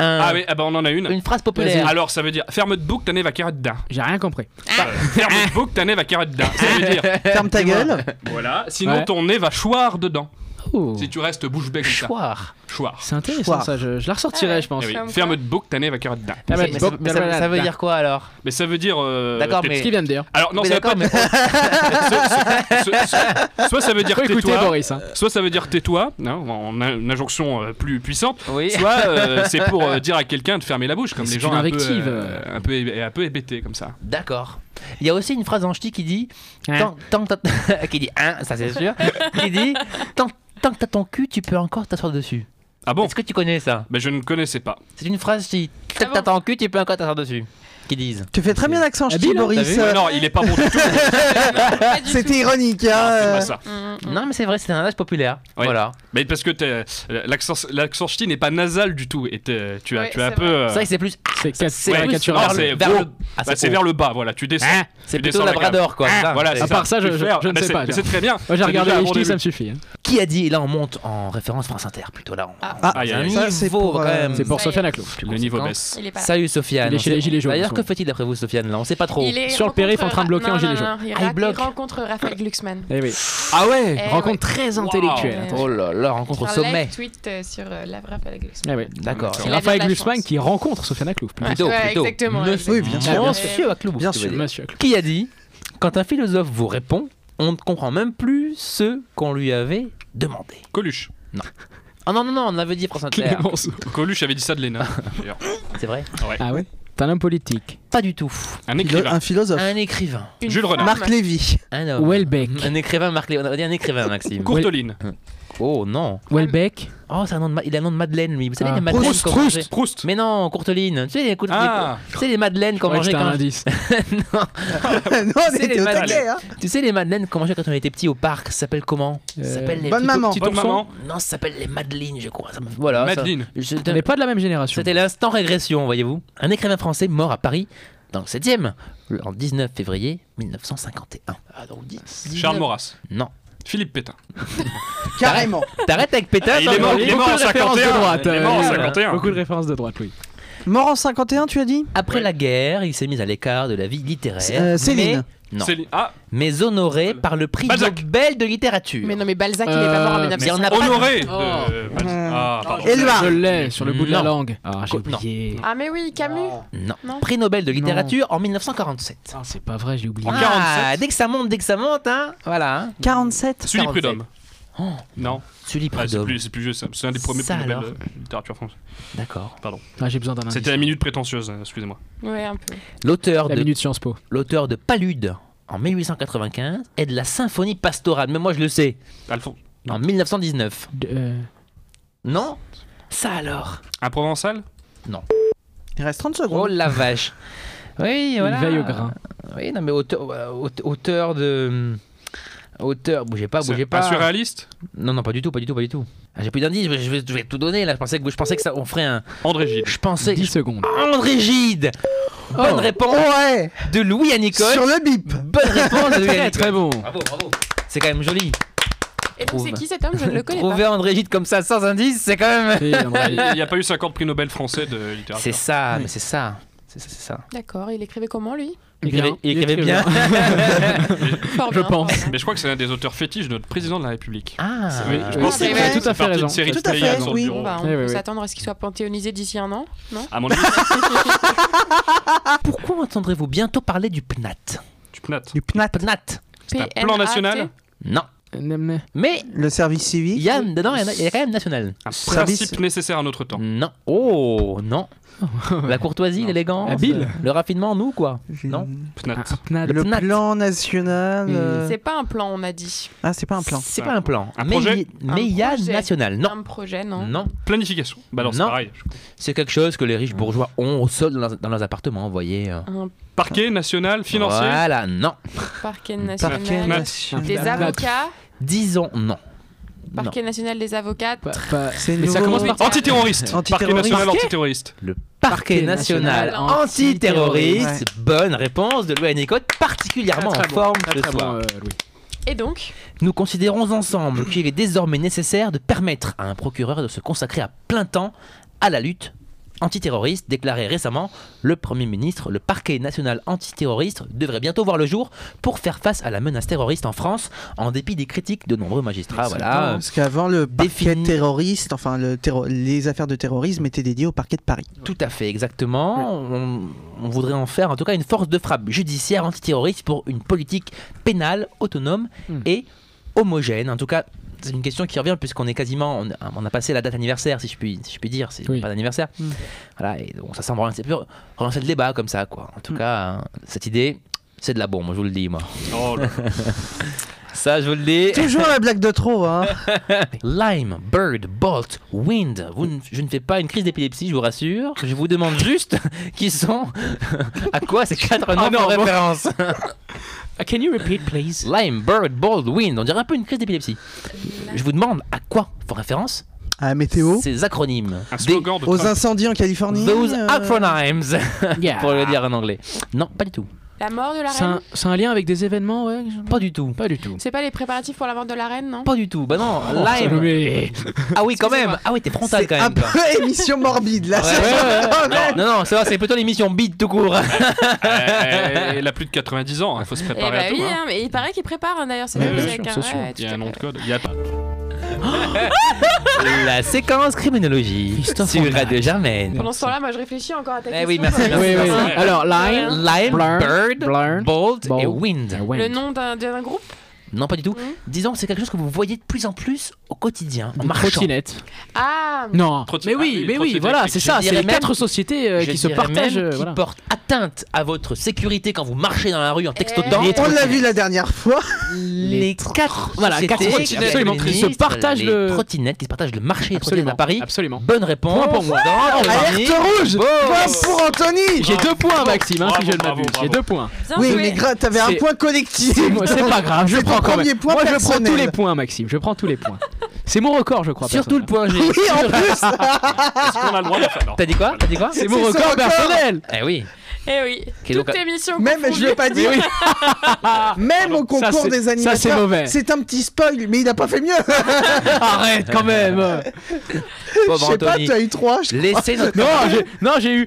Speaker 2: un-
Speaker 6: Ah oui, ah bah on en a une.
Speaker 2: Une phrase populaire.
Speaker 6: Alors ça veut dire ferme de bouc, t'en es va carré dedans.
Speaker 4: J'ai rien compris.
Speaker 2: Ah.
Speaker 6: Euh, Ferme de bouc, t'en es va carré dedans. Ça veut dire
Speaker 1: Ferme ta gueule.
Speaker 6: voilà, sinon
Speaker 4: Ouais.
Speaker 6: ton nez va choir dedans.
Speaker 4: Oh.
Speaker 6: Si tu restes bouche bée comme ça.
Speaker 2: Choir.
Speaker 6: Choir.
Speaker 4: C'est intéressant
Speaker 1: Choir.
Speaker 4: ça, je, je la ressortirai je pense.
Speaker 6: Eh oui.
Speaker 5: Comme
Speaker 6: Ferme
Speaker 5: quoi.
Speaker 6: de bouc, t'en es va carré dedans.
Speaker 4: Ah, bah,
Speaker 2: Mais- mais ça,
Speaker 4: bah,
Speaker 2: mais ça-
Speaker 4: bah,
Speaker 2: ça veut
Speaker 4: bah,
Speaker 2: dire quoi alors
Speaker 6: Mais ça veut dire euh,
Speaker 2: D'accord,
Speaker 6: t'es-
Speaker 2: mais-
Speaker 4: Ce qu'il vient de dire.
Speaker 6: Alors non,
Speaker 2: Mais
Speaker 6: ça veut pas
Speaker 2: d'accord, mais
Speaker 6: so- so- so- soit ça veut dire
Speaker 4: Faut écouter
Speaker 6: tais-toi,
Speaker 4: Boris. hein.
Speaker 6: soit ça veut dire tais-toi, hein, en a- une injonction euh, plus puissante.
Speaker 2: oui.
Speaker 6: Soit euh, c'est pour euh, dire à quelqu'un de fermer la bouche, comme
Speaker 4: C'est
Speaker 6: les gens
Speaker 4: une
Speaker 6: un peu,
Speaker 4: invective,
Speaker 6: euh, un peu, hé- un peu hébétés comme ça.
Speaker 2: D'accord. Il y a aussi une phrase en ch'ti qui dit
Speaker 4: Hein.
Speaker 2: tant, tant que t'as- qui dit hein, ça c'est sûr, qui dit tant, tant que t'as ton cul, tu peux encore t'asseoir dessus.
Speaker 6: Ah bon
Speaker 2: Est-ce que tu connais ça
Speaker 6: Ben je ne connaissais pas.
Speaker 2: C'est une phrase ch'ti. Tant
Speaker 5: Ah
Speaker 2: que
Speaker 5: bon
Speaker 2: t'as ton cul, tu peux encore t'asseoir dessus. Qui disent
Speaker 1: Tu fais très bien l'accent ch'ti,
Speaker 4: Habile, hein,
Speaker 1: Boris.
Speaker 6: Ouais, non, il est pas bon du tout. c'est
Speaker 5: Pas du
Speaker 1: C'était
Speaker 5: tout.
Speaker 1: ironique. hein,
Speaker 6: pas
Speaker 1: euh.
Speaker 6: ça.
Speaker 5: Mm, mm.
Speaker 2: Non, mais c'est vrai, c'est un âge populaire.
Speaker 6: Oui.
Speaker 2: Voilà.
Speaker 6: Mais parce que t'es- euh, l'accent l'accent ch'ti n'est pas nasal du tout. Et t'es- tu as,
Speaker 5: Ouais,
Speaker 6: tu as un
Speaker 5: c'est
Speaker 6: peu.
Speaker 5: vrai.
Speaker 6: euh,
Speaker 2: C'est vrai que c'est plus.
Speaker 4: C'est
Speaker 2: C'est
Speaker 6: ouais,
Speaker 4: caricatural.
Speaker 2: plus vers
Speaker 6: non,
Speaker 2: le-
Speaker 6: c'est
Speaker 2: vers
Speaker 6: haut.
Speaker 2: le. Ah,
Speaker 6: bah, c'est
Speaker 2: haut.
Speaker 6: vers le bas, voilà. Tu descends.
Speaker 4: Hein
Speaker 2: C'est
Speaker 6: tu
Speaker 2: plutôt
Speaker 6: descends la
Speaker 2: Labrador quoi.
Speaker 6: gamme.
Speaker 2: ça.
Speaker 6: Voilà,
Speaker 2: C'est-
Speaker 6: c'est
Speaker 4: À part ça, je-
Speaker 6: tu
Speaker 4: je-
Speaker 6: fais- ah,
Speaker 4: je ne
Speaker 6: mais
Speaker 4: sais
Speaker 6: c'est-
Speaker 4: pas,
Speaker 6: mais
Speaker 4: non.
Speaker 6: C'est très bien.
Speaker 4: Moi j'ai
Speaker 6: C'est
Speaker 4: regardé
Speaker 6: déjà un
Speaker 4: les
Speaker 6: bon
Speaker 4: ch'tis, ça me
Speaker 6: début.
Speaker 4: suffit. hein.
Speaker 2: Qui a dit Et là, on monte en référence France Inter plutôt là. on-
Speaker 5: Ah.
Speaker 1: Ah,
Speaker 6: Aïe,
Speaker 2: C'est
Speaker 6: aïe,
Speaker 2: un
Speaker 6: aïe.
Speaker 1: Ça, c'est
Speaker 2: niveau
Speaker 1: pour,
Speaker 2: quand
Speaker 1: euh,
Speaker 2: même.
Speaker 4: C'est pour
Speaker 5: Ça y est.
Speaker 4: Sofiane Aclo.
Speaker 2: Plus
Speaker 6: Le niveau
Speaker 2: conséquent.
Speaker 6: baisse.
Speaker 5: Il est pas là.
Speaker 2: Salut Sofiane.
Speaker 4: Il est chez les Gilets jaunes, en
Speaker 2: D'ailleurs,
Speaker 4: ce
Speaker 2: que
Speaker 4: moment.
Speaker 2: fait-il d'après vous, Sofiane Là, on sait pas trop.
Speaker 5: Il est
Speaker 4: Sur le périph' en train de bloquer
Speaker 5: rencontre-
Speaker 4: un gilet
Speaker 5: non,
Speaker 4: jaune.
Speaker 5: non, non, il
Speaker 2: Ah, il
Speaker 5: ra-
Speaker 2: bloque.
Speaker 5: il rencontre Raphaël Glucksmann.
Speaker 4: Eh oui.
Speaker 6: Ah ouais
Speaker 5: Eh
Speaker 4: Rencontre
Speaker 5: ouais.
Speaker 4: très
Speaker 6: Waouh.
Speaker 4: intellectuelle.
Speaker 5: Ouais.
Speaker 2: Oh là là, rencontre au
Speaker 5: Sur un
Speaker 2: sommet.
Speaker 5: live tweet euh, sur euh, la Raphaël Glucksmann.
Speaker 4: Eh oui.
Speaker 2: D'accord.
Speaker 6: Il
Speaker 4: C'est
Speaker 5: a bien
Speaker 4: Raphaël
Speaker 5: de la
Speaker 4: Glusman
Speaker 5: chance.
Speaker 4: qui rencontre Sofiane Aclo.
Speaker 5: Ouais.
Speaker 2: Plutôt, plutôt.
Speaker 5: exactement.
Speaker 2: Monsieur,
Speaker 1: Oui, bien sûr.
Speaker 5: Ouais.
Speaker 2: monsieur Aclou,
Speaker 1: Bien
Speaker 2: tu
Speaker 1: sûr.
Speaker 2: veux dire.
Speaker 4: Monsieur Aclo.
Speaker 2: Qui a dit Quand un philosophe vous répond, on ne comprend même plus ce qu'on lui avait demandé.
Speaker 6: Coluche.
Speaker 2: Ah non, non, non, on avait dit France Inter.
Speaker 4: Clémenceau.
Speaker 6: Coluche avait dit ça de Léna. d'ailleurs.
Speaker 2: C'est vrai
Speaker 4: Ah ouais T'es un homme politique.
Speaker 2: Pas du tout.
Speaker 6: Un
Speaker 1: Philo-
Speaker 6: écrivain.
Speaker 1: Un philosophe.
Speaker 5: Ah,
Speaker 2: Un écrivain.
Speaker 5: Une
Speaker 6: Jules Renard.
Speaker 5: femme.
Speaker 1: Marc Lévy.
Speaker 2: Un homme.
Speaker 4: Welbeck.
Speaker 2: Un écrivain, Marc Léon. On a dit un écrivain, Maxime.
Speaker 6: Courteline.
Speaker 2: Oh non.
Speaker 4: Welbeck.
Speaker 2: Oh, c'est un nom de ma- il a un nom de Madeleine, lui. Vous savez,
Speaker 4: Ah.
Speaker 2: les Madeleines
Speaker 1: Proust,
Speaker 2: qu'on
Speaker 1: Proust.
Speaker 2: mangeait-
Speaker 6: Proust.
Speaker 2: Mais non, Courteline. Tu sais, les, cour-
Speaker 6: Ah.
Speaker 2: les- tu sais, les Madeleines qu'on
Speaker 4: Ouais,
Speaker 2: mangeait
Speaker 4: c'était
Speaker 2: quand.
Speaker 4: un indice.
Speaker 1: non,
Speaker 2: Non.
Speaker 1: on
Speaker 2: C'est
Speaker 1: était
Speaker 2: les
Speaker 1: au
Speaker 2: malades.
Speaker 1: taquet, hein.
Speaker 2: Tu sais, les Madeleines qu'on mangeait quand on était petit au parc, ça s'appelle comment Ça
Speaker 4: Euh,
Speaker 2: s'appelle les
Speaker 1: Bonne
Speaker 2: petits-
Speaker 1: maman.
Speaker 6: Petit ourson.
Speaker 2: Non, ça s'appelle les Madelines, je crois. Ça me- Voilà. ça-
Speaker 6: Madeleine.
Speaker 2: je-
Speaker 4: On n'est pas de la même génération.
Speaker 2: C'était l'instant régression, voyez-vous. Un écrivain français mort à Paris dans le 7e, le- en 19 février 1951. Ah, donc, dix-
Speaker 6: Charles
Speaker 2: 19
Speaker 6: Maurras.
Speaker 2: Non.
Speaker 6: Philippe Pétain.
Speaker 1: Carrément.
Speaker 2: T'arrêtes avec Pétain.
Speaker 6: Ah, il est
Speaker 2: t'en-
Speaker 6: mort, il est
Speaker 4: Beaucoup
Speaker 6: mort en
Speaker 4: de références
Speaker 6: 51.
Speaker 4: de droite.
Speaker 6: Il est mort en
Speaker 4: euh,
Speaker 6: 51.
Speaker 4: Beaucoup de références de droite, oui.
Speaker 1: Mort en 51, tu as dit
Speaker 2: Après
Speaker 6: Ouais.
Speaker 2: la guerre, il s'est mis à l'écart de la vie littéraire.
Speaker 1: Euh, Céline.
Speaker 2: Mais, non.
Speaker 6: Céline- Ah,
Speaker 2: mais honoré par le prix
Speaker 6: Balzac.
Speaker 2: Nobel de littérature.
Speaker 5: Mais non, mais Balzac, il est pas mort en
Speaker 4: Euh,
Speaker 5: 1900.
Speaker 2: mais on a pas-
Speaker 6: honoré. de-
Speaker 4: Oh.
Speaker 6: Ah, pardon.
Speaker 1: Et Elva.
Speaker 4: Je l'ai sur le bout de la
Speaker 2: Non.
Speaker 4: langue. Ah, j'ai
Speaker 2: Co- non.
Speaker 4: oublié.
Speaker 5: Ah, mais oui, Camus.
Speaker 2: Non.
Speaker 5: Non.
Speaker 2: Prix Nobel de littérature en 1947.
Speaker 4: Ah, c'est pas vrai, j'ai oublié.
Speaker 6: En Ah.
Speaker 2: Ah,
Speaker 6: 47.
Speaker 2: dès que ça monte, dès que ça monte, hein. Voilà. hein.
Speaker 1: 47.
Speaker 6: Sully
Speaker 2: 47.
Speaker 6: Prudhomme.
Speaker 2: Oh.
Speaker 6: Non,
Speaker 2: Sully
Speaker 6: Ah, c'est
Speaker 2: Prudhomme.
Speaker 6: plus, c'est plus vieux ça. C'est un des premiers
Speaker 2: Ça,
Speaker 6: prix Nobel
Speaker 2: alors.
Speaker 6: de littérature française.
Speaker 2: D'accord.
Speaker 4: Ah, j'ai besoin d'un indice.
Speaker 6: C'était la minute prétentieuse, euh, excusez-moi.
Speaker 5: Ouais, un peu.
Speaker 2: L'auteur
Speaker 4: La
Speaker 2: de
Speaker 4: minute Sciences Po.
Speaker 2: l'auteur de Palude en 1895 et de la symphonie pastorale, mais moi je le sais,
Speaker 6: Alphonse.
Speaker 2: en 1919.
Speaker 4: De- euh,
Speaker 2: Non Ça alors
Speaker 6: Un provençal
Speaker 1: Il reste 30
Speaker 2: Oh
Speaker 1: secondes.
Speaker 2: la vache Oui, voilà.
Speaker 4: Il veille au grain.
Speaker 2: Oui, non, mais auteur, euh, aute- auteur de. euh, Auteur, bougez pas, Ah, bougez
Speaker 6: C'est
Speaker 2: pas.
Speaker 6: pas surréaliste
Speaker 2: Non, non, pas du tout, pas du tout, pas du tout. Ah, J'ai plus d'indices, je vais, je vais- je vais tout donner là. Je pensais que, je pensais que ça, on ferait un.
Speaker 6: André Gide.
Speaker 2: Je pensais.
Speaker 4: 10 secondes.
Speaker 2: André Gide Bonne réponse
Speaker 1: Ouais
Speaker 2: de Louis à Nicole.
Speaker 1: Sur le bip
Speaker 2: Bonne réponse de Louis à
Speaker 4: Très
Speaker 2: Nicole.
Speaker 4: très bon.
Speaker 2: Bravo, bravo. C'est quand même joli.
Speaker 5: Et donc, c'est
Speaker 2: Trouve.
Speaker 5: qui cet homme Je ne le connais pas.
Speaker 2: Trouver André Gide comme ça sans indice, c'est quand même.
Speaker 4: Et André,
Speaker 6: Il n'y a pas eu 50 prix Nobel français de littérature.
Speaker 2: C'est ça,
Speaker 1: Oui.
Speaker 2: mais c'est ça. C'est ça, c'est ça.
Speaker 5: D'accord, il écrivait comment lui
Speaker 2: Il écrivait,
Speaker 4: Bien,
Speaker 2: il écrivait bien.
Speaker 5: Fort
Speaker 4: Je
Speaker 5: bien,
Speaker 4: pense.
Speaker 5: fort bien.
Speaker 6: Mais je crois que c'est l'un des auteurs fétiches de notre président de la République.
Speaker 2: ah,
Speaker 4: Oui,
Speaker 6: Je
Speaker 4: oui,
Speaker 6: pense
Speaker 5: c'est
Speaker 6: que
Speaker 5: vrai.
Speaker 6: c'est
Speaker 4: Tout à fait
Speaker 6: partie
Speaker 4: raison.
Speaker 6: Une série
Speaker 1: Tout
Speaker 6: de
Speaker 1: à
Speaker 6: players
Speaker 1: fait,
Speaker 6: sur
Speaker 1: oui.
Speaker 6: le bureau.
Speaker 5: Bah, on
Speaker 4: Oui,
Speaker 5: peut
Speaker 4: oui, oui.
Speaker 5: s'attendre à ce qu'il soit panthéonisé d'ici un an, non
Speaker 6: À mon avis,
Speaker 2: Ah, pourquoi entendrez-vous bientôt parler du PNAT
Speaker 6: tu pnat.
Speaker 1: Du PNAT,
Speaker 2: PNAT
Speaker 6: C'est un plan
Speaker 5: PNAT.
Speaker 6: national
Speaker 2: Non.
Speaker 4: Nemne.
Speaker 2: Mais
Speaker 1: le service
Speaker 2: il
Speaker 1: civique.
Speaker 2: y a dedans, il y en a- il y a quand même national.
Speaker 6: Un
Speaker 1: Service.
Speaker 6: principe nécessaire à notre temps.
Speaker 2: Non. Oh, non. La courtoisie,
Speaker 6: Non.
Speaker 2: l'élégance,
Speaker 4: Habile.
Speaker 2: euh, le raffinement, nous quoi. Non.
Speaker 6: Pnat.
Speaker 4: Un pnad.
Speaker 1: Le
Speaker 2: PNAT.
Speaker 1: plan national.
Speaker 4: Hmm.
Speaker 1: euh,
Speaker 5: C'est pas un plan, on a dit.
Speaker 1: Ah, c'est pas un plan.
Speaker 2: C'est
Speaker 6: Un-
Speaker 2: pas un plan.
Speaker 6: un
Speaker 2: mais
Speaker 6: projet
Speaker 2: il- mais il y
Speaker 5: Un
Speaker 2: a
Speaker 5: projet.
Speaker 2: national. Non.
Speaker 5: Un projet, non
Speaker 2: Non.
Speaker 6: Planification. Bah alors c'est
Speaker 2: Non.
Speaker 6: pareil.
Speaker 2: C'est quelque chose que les riches bourgeois ont au sol dans leurs, dans leurs appartements, vous voyez. euh.
Speaker 5: Un
Speaker 6: Parquet national financier.
Speaker 2: Voilà, non.
Speaker 1: Parquet
Speaker 5: parquet national.
Speaker 1: national.
Speaker 5: Des
Speaker 4: Nat-
Speaker 5: avocats.
Speaker 2: Disons non. Non.
Speaker 5: Parquet national des avocats.
Speaker 4: Pas- pas-
Speaker 1: C'est
Speaker 4: Mais ça
Speaker 1: nouveau.
Speaker 4: Bah, commence par
Speaker 6: Antiterroriste. Parquet
Speaker 1: Antiterroriste.
Speaker 6: national antiterroriste.
Speaker 2: Le parquet
Speaker 4: Parquet
Speaker 2: national
Speaker 4: national
Speaker 2: antiterroriste. Bonne réponse de Louis Nicotte, particulièrement
Speaker 4: Très,
Speaker 2: en
Speaker 4: très bon.
Speaker 2: forme
Speaker 4: Très,
Speaker 2: ce
Speaker 4: très bon,
Speaker 2: soir.
Speaker 4: euh, Louis.
Speaker 5: Et donc
Speaker 2: Nous considérons ensemble qu'il est désormais nécessaire de permettre à un procureur de se consacrer à plein temps à la lutte antiterroriste, déclaré récemment le Premier ministre. Le parquet national antiterroriste devrait bientôt voir le jour pour faire face à la menace terroriste en France, en dépit des critiques de nombreux magistrats. Ah, Voilà.
Speaker 1: Parce qu'avant, le parquet
Speaker 2: Défini.
Speaker 1: terroriste, enfin, le terro- les affaires de terrorisme étaient dédiées au parquet de Paris.
Speaker 2: Tout à fait, exactement. On, on voudrait en faire en tout cas une force de frappe judiciaire antiterroriste pour une politique pénale autonome
Speaker 4: Hmm.
Speaker 2: et homogène. En tout cas, c'est une question qui revient puisqu'on est quasiment, on, on a passé la date anniversaire, si je puis, si je puis dire, c'est
Speaker 4: Oui.
Speaker 2: pas d'anniversaire.
Speaker 1: Hmm.
Speaker 2: Voilà, et donc ça semble relancer, relancer le débat comme ça, quoi. En tout
Speaker 4: Hmm.
Speaker 2: cas, hein, cette idée, c'est de la bombe, je vous le dis, moi.
Speaker 6: Oh là.
Speaker 2: Ça, je vous le dis.
Speaker 1: Toujours la blague de trop, hein.
Speaker 2: Lime, Bird, Bolt, Wind. Vous ne- je ne fais pas une crise d'épilepsie, je vous rassure. Je vous demande juste qui sont. à quoi ces quatre noms
Speaker 4: non,
Speaker 2: font
Speaker 4: bon.
Speaker 2: référence
Speaker 4: Ah, Can you repeat, please
Speaker 2: Lime, Bird, Bolt, Wind. On dirait un peu une crise d'épilepsie. Je vous demande à quoi font référence
Speaker 1: À la météo.
Speaker 2: ces acronymes.
Speaker 6: Un
Speaker 2: Des-
Speaker 6: slogan de
Speaker 1: Aux
Speaker 6: Trump.
Speaker 1: incendies en Californie.
Speaker 2: Those
Speaker 1: euh,
Speaker 2: acronyms,
Speaker 4: Yeah.
Speaker 2: pour le dire en anglais. Non, pas du tout.
Speaker 5: la mort de la
Speaker 4: C'est
Speaker 5: reine
Speaker 4: un, c'est un lien avec des événements, ouais
Speaker 2: Pas du tout.
Speaker 4: Pas du tout.
Speaker 5: C'est pas les préparatifs pour la mort de la reine, non
Speaker 2: Pas du tout. Bah non, Lime.
Speaker 4: Mais-
Speaker 2: Ah oui, quand même. Ah oui, t'es frontal
Speaker 1: C'est
Speaker 2: quand
Speaker 1: un
Speaker 2: même. toi.
Speaker 1: peu émission morbide, là.
Speaker 2: Ouais, ouais, Non, non, ça va, c'est plutôt l'émission Beat tout court.
Speaker 6: Euh, Elle a plus de 90 ans, il faut se
Speaker 5: Eh
Speaker 6: préparer
Speaker 5: bah
Speaker 6: à
Speaker 5: oui,
Speaker 6: tout. hein.
Speaker 5: hein, mais il paraît qu'il prépare hein, d'ailleurs cette
Speaker 6: Mais bien
Speaker 5: musique.
Speaker 4: sûr,
Speaker 5: hein.
Speaker 4: c'est sûr.
Speaker 5: Ouais, tout
Speaker 6: Il y a
Speaker 5: à
Speaker 6: un nom
Speaker 5: fait.
Speaker 6: de code. Il y a pas.
Speaker 2: La séquence criminologie
Speaker 4: Christophe
Speaker 2: sur
Speaker 4: André.
Speaker 2: Radio Germaine.
Speaker 5: Pendant ce temps-là, moi je réfléchis encore à ta
Speaker 2: Eh
Speaker 5: question.
Speaker 2: oui, merci,
Speaker 5: hein.
Speaker 2: merci,
Speaker 4: Oui, oui.
Speaker 2: merci.
Speaker 4: Alors, Line.
Speaker 2: Lime,
Speaker 4: Blur,
Speaker 2: Bird,
Speaker 4: Blur,
Speaker 2: Bold, et
Speaker 4: Bold.
Speaker 2: Wind.
Speaker 4: Ah, Ouais.
Speaker 5: Le nom d'un- d'un groupe
Speaker 2: Non, pas du tout.
Speaker 5: Mhm.
Speaker 2: Disons que c'est quelque chose que vous voyez de plus en plus au quotidien, en
Speaker 4: Des
Speaker 2: marchant.
Speaker 4: trottinettes.
Speaker 5: Ah
Speaker 4: Non.
Speaker 6: Trottin-
Speaker 4: Mais
Speaker 6: Ah
Speaker 4: oui,
Speaker 6: oui,
Speaker 4: mais oui,
Speaker 6: trottinette
Speaker 4: voilà, c'est
Speaker 6: électrique.
Speaker 2: Je
Speaker 4: ça. C'est
Speaker 2: dirais
Speaker 4: les
Speaker 2: même-
Speaker 4: quatre sociétés euh,
Speaker 2: Je
Speaker 4: qui se
Speaker 2: dirais
Speaker 4: partagent.
Speaker 2: même
Speaker 4: euh,
Speaker 2: qui
Speaker 4: voilà.
Speaker 2: porte atteinte à votre sécurité quand vous marchez dans la rue en textotant.
Speaker 5: Eh.
Speaker 1: On l'a vu la dernière fois.
Speaker 2: les quatre,
Speaker 4: Voilà, quatre
Speaker 2: sociétés
Speaker 4: trottinettes. Absolument. Ils se
Speaker 2: féministes,
Speaker 4: partagent
Speaker 2: les
Speaker 4: le-
Speaker 2: trottinettes qui se partagent le marché des trottinettes
Speaker 4: Absolument.
Speaker 2: à Paris.
Speaker 4: Absolument.
Speaker 2: Bonne réponse.
Speaker 4: Point pour moi.
Speaker 2: dans le
Speaker 1: Alerte
Speaker 2: Marnie.
Speaker 1: rouge Point pour Anthony
Speaker 4: J'ai deux points, Maxime, hein, si
Speaker 6: Bravo,
Speaker 4: je ne
Speaker 6: bravo,
Speaker 4: m'abuse. J'ai
Speaker 6: bravo.
Speaker 4: deux points.
Speaker 5: bien
Speaker 1: Oui,
Speaker 5: joué.
Speaker 1: mais gra- t'avais un
Speaker 4: C'est-
Speaker 1: point collectif.
Speaker 4: Moi, C'est pas grave, je
Speaker 1: C'est
Speaker 4: prends
Speaker 1: ton
Speaker 4: quand
Speaker 1: premier
Speaker 4: même.
Speaker 1: point
Speaker 4: Moi, je prends
Speaker 1: personnel.
Speaker 4: tous les points, Maxime. Je prends tous les points. C'est mon record, je crois.
Speaker 2: Surtout le
Speaker 4: personnel.
Speaker 2: point G.
Speaker 1: Oui, en plus
Speaker 6: Est-ce qu'on a le droit de faire Non.
Speaker 2: T'as dit quoi T'as dit quoi
Speaker 4: Hein C'est mon
Speaker 1: C'est son
Speaker 4: record
Speaker 1: record.
Speaker 4: personnel.
Speaker 2: Eh oui.
Speaker 5: Eh oui,
Speaker 2: Qui est
Speaker 5: toute
Speaker 2: donc-
Speaker 5: émission.
Speaker 1: Même, je
Speaker 5: confondue.
Speaker 1: l'ai pas dit, même au
Speaker 4: Ah Ça,
Speaker 1: concours
Speaker 4: c'est-
Speaker 1: des
Speaker 4: ça,
Speaker 1: animateurs,
Speaker 4: c'est mauvais.
Speaker 1: c'est un petit spoil, mais il a pas fait mieux.
Speaker 4: Arrête quand même.
Speaker 2: Bon,
Speaker 1: je
Speaker 2: bah,
Speaker 1: sais pas,
Speaker 2: Anthony.
Speaker 1: tu as eu 3.
Speaker 2: Laissez notre,
Speaker 4: Non, j'ai- non, j'ai eu.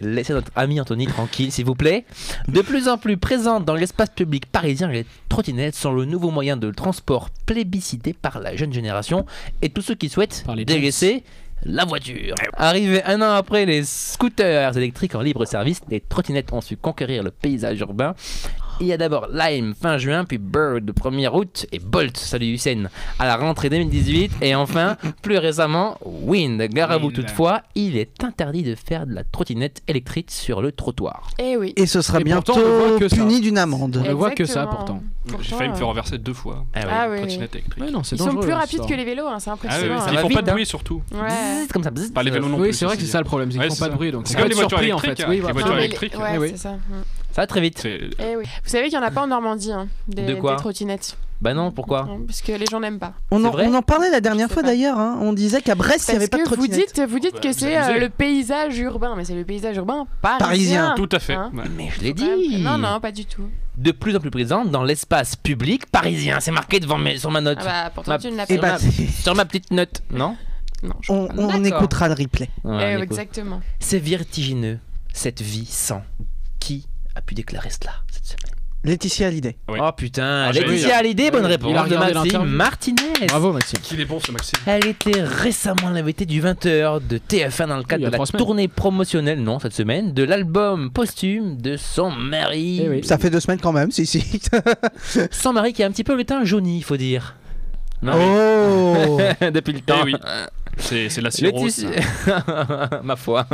Speaker 2: laissez notre ami Anthony tranquille, s'il vous plaît. De plus en plus présentes dans l'espace public parisien, les trottinettes sont le nouveau moyen de transport plébiscité par la jeune génération et tous ceux qui souhaitent
Speaker 4: Par les jeunes.
Speaker 2: délaisser la voiture. Arrivés un an après les scooters électriques en libre service, les trottinettes ont su conquérir le paysage urbain. Il y a d'abord Lime fin juin, puis Bird le 1er août et Bolt, salut Hussein, à la rentrée 2018. Et enfin, plus récemment, Wind. Gare à vous
Speaker 6: Wind.
Speaker 2: toutefois, il est interdit de faire de la trottinette électrique sur le trottoir.
Speaker 5: Eh oui.
Speaker 1: Et ce sera
Speaker 4: Et
Speaker 1: bientôt
Speaker 4: pourtant, on ne voit que ça.
Speaker 1: puni d'une amende.
Speaker 4: On ne voit que ça
Speaker 5: Exactement.
Speaker 4: pourtant.
Speaker 6: J'ai
Speaker 5: Pourtant,
Speaker 6: failli me
Speaker 5: euh,
Speaker 6: faire renverser deux fois. hein,
Speaker 2: Ah ouais.
Speaker 5: Ah oui, oui.
Speaker 6: trottinette électrique.
Speaker 4: Ouais, non, c'est
Speaker 5: Ils sont
Speaker 4: dangereux,
Speaker 5: plus
Speaker 4: là,
Speaker 5: rapides
Speaker 4: ça.
Speaker 5: que les vélos, hein, c'est
Speaker 6: Ah oui,
Speaker 5: impressionnant.
Speaker 6: parce
Speaker 4: ça
Speaker 6: qu'ils
Speaker 4: va
Speaker 6: font
Speaker 4: vite,
Speaker 6: pas de
Speaker 4: hein.
Speaker 6: bruit surtout.
Speaker 5: hein. Ouais.
Speaker 2: Zzz, comme ça. zzz.
Speaker 6: Pas les vélos non
Speaker 4: Oui,
Speaker 6: plus.
Speaker 4: c'est vrai que c'est
Speaker 6: ceci
Speaker 4: ça le problème, c'est qu'ils
Speaker 6: Ouais,
Speaker 4: font
Speaker 6: c'est
Speaker 4: pas de
Speaker 6: ça.
Speaker 4: bruit. donc
Speaker 6: C'est
Speaker 4: ça va
Speaker 6: comme les
Speaker 4: être
Speaker 6: voitures
Speaker 4: surpris, en
Speaker 6: électriques,
Speaker 4: fait.
Speaker 6: hein,
Speaker 4: Oui,
Speaker 6: les
Speaker 4: voilà.
Speaker 6: voitures
Speaker 5: Non, mais
Speaker 6: électriques.
Speaker 5: les- ouais,
Speaker 4: Eh oui.
Speaker 5: c'est ça.
Speaker 2: Ça va très vite.
Speaker 6: C'est-
Speaker 5: Eh oui. Vous savez qu'il n'y en a pas en Normandie, hein, des,
Speaker 2: De quoi
Speaker 5: des trottinettes.
Speaker 2: Bah non, pourquoi
Speaker 5: hein, Parce que les gens n'aiment pas.
Speaker 1: On
Speaker 2: C'est
Speaker 1: en,
Speaker 2: vrai
Speaker 1: on en parlait la dernière
Speaker 5: Je sais
Speaker 1: fois
Speaker 5: pas.
Speaker 1: d'ailleurs. hein. On disait qu'à Brest, il n'y
Speaker 5: Parce
Speaker 1: avait pas de
Speaker 5: que vous
Speaker 1: trottinette.
Speaker 5: dites, vous dites
Speaker 6: Bah,
Speaker 5: que
Speaker 6: vous
Speaker 5: c'est
Speaker 6: abusez.
Speaker 5: euh, le paysage urbain, mais c'est le paysage urbain
Speaker 1: Parisien.
Speaker 5: parisien.
Speaker 6: Tout à fait.
Speaker 5: Hein
Speaker 6: ouais.
Speaker 2: Mais je l'ai
Speaker 5: Quand même.
Speaker 2: dit.
Speaker 5: Non, non, pas du tout.
Speaker 2: De plus en plus présente dans l'espace public parisien. C'est marqué devant mes- sur ma note.
Speaker 5: Ah bah, pourtant,
Speaker 2: Ma-
Speaker 5: tu ne l'as
Speaker 1: Et
Speaker 5: pas.
Speaker 1: bah,
Speaker 2: Sur ma petite note, non
Speaker 5: Non, je-
Speaker 1: on, on
Speaker 2: D'accord.
Speaker 1: écoutera le replay.
Speaker 2: Voilà,
Speaker 5: Eh,
Speaker 2: on Ah, écoute.
Speaker 5: exactement.
Speaker 2: C'est vertigineux, cette vie sans. Qui a pu déclarer cela cette semaine
Speaker 1: Laetitia Hallyday.
Speaker 6: Oui.
Speaker 2: Oh putain,
Speaker 6: Ah, j'ai
Speaker 2: Laetitia Hallyday, bonne
Speaker 4: Il a
Speaker 2: réponse de
Speaker 4: regardé
Speaker 2: Maxime
Speaker 4: l'interview.
Speaker 2: Martinez.
Speaker 4: Bravo, Maxime.
Speaker 6: Qu'il est bon ce Maxime.
Speaker 2: Elle était récemment l'invitée du 20h de TF1 dans le
Speaker 4: Il y
Speaker 2: cadre
Speaker 4: a
Speaker 2: de la
Speaker 4: trois semaines.
Speaker 2: tournée promotionnelle, non, cette semaine, de l'album posthume de son mari.
Speaker 4: Eh oui.
Speaker 1: Ça fait deux semaines quand même, si, si.
Speaker 2: Son mari qui a un petit peu le teint jauni, il faut dire.
Speaker 4: Ah
Speaker 2: Non,
Speaker 1: oh
Speaker 2: Depuis le temps.
Speaker 6: Eh oui. C'est c'est la cirrhose.
Speaker 2: Laetitia... Ma foi.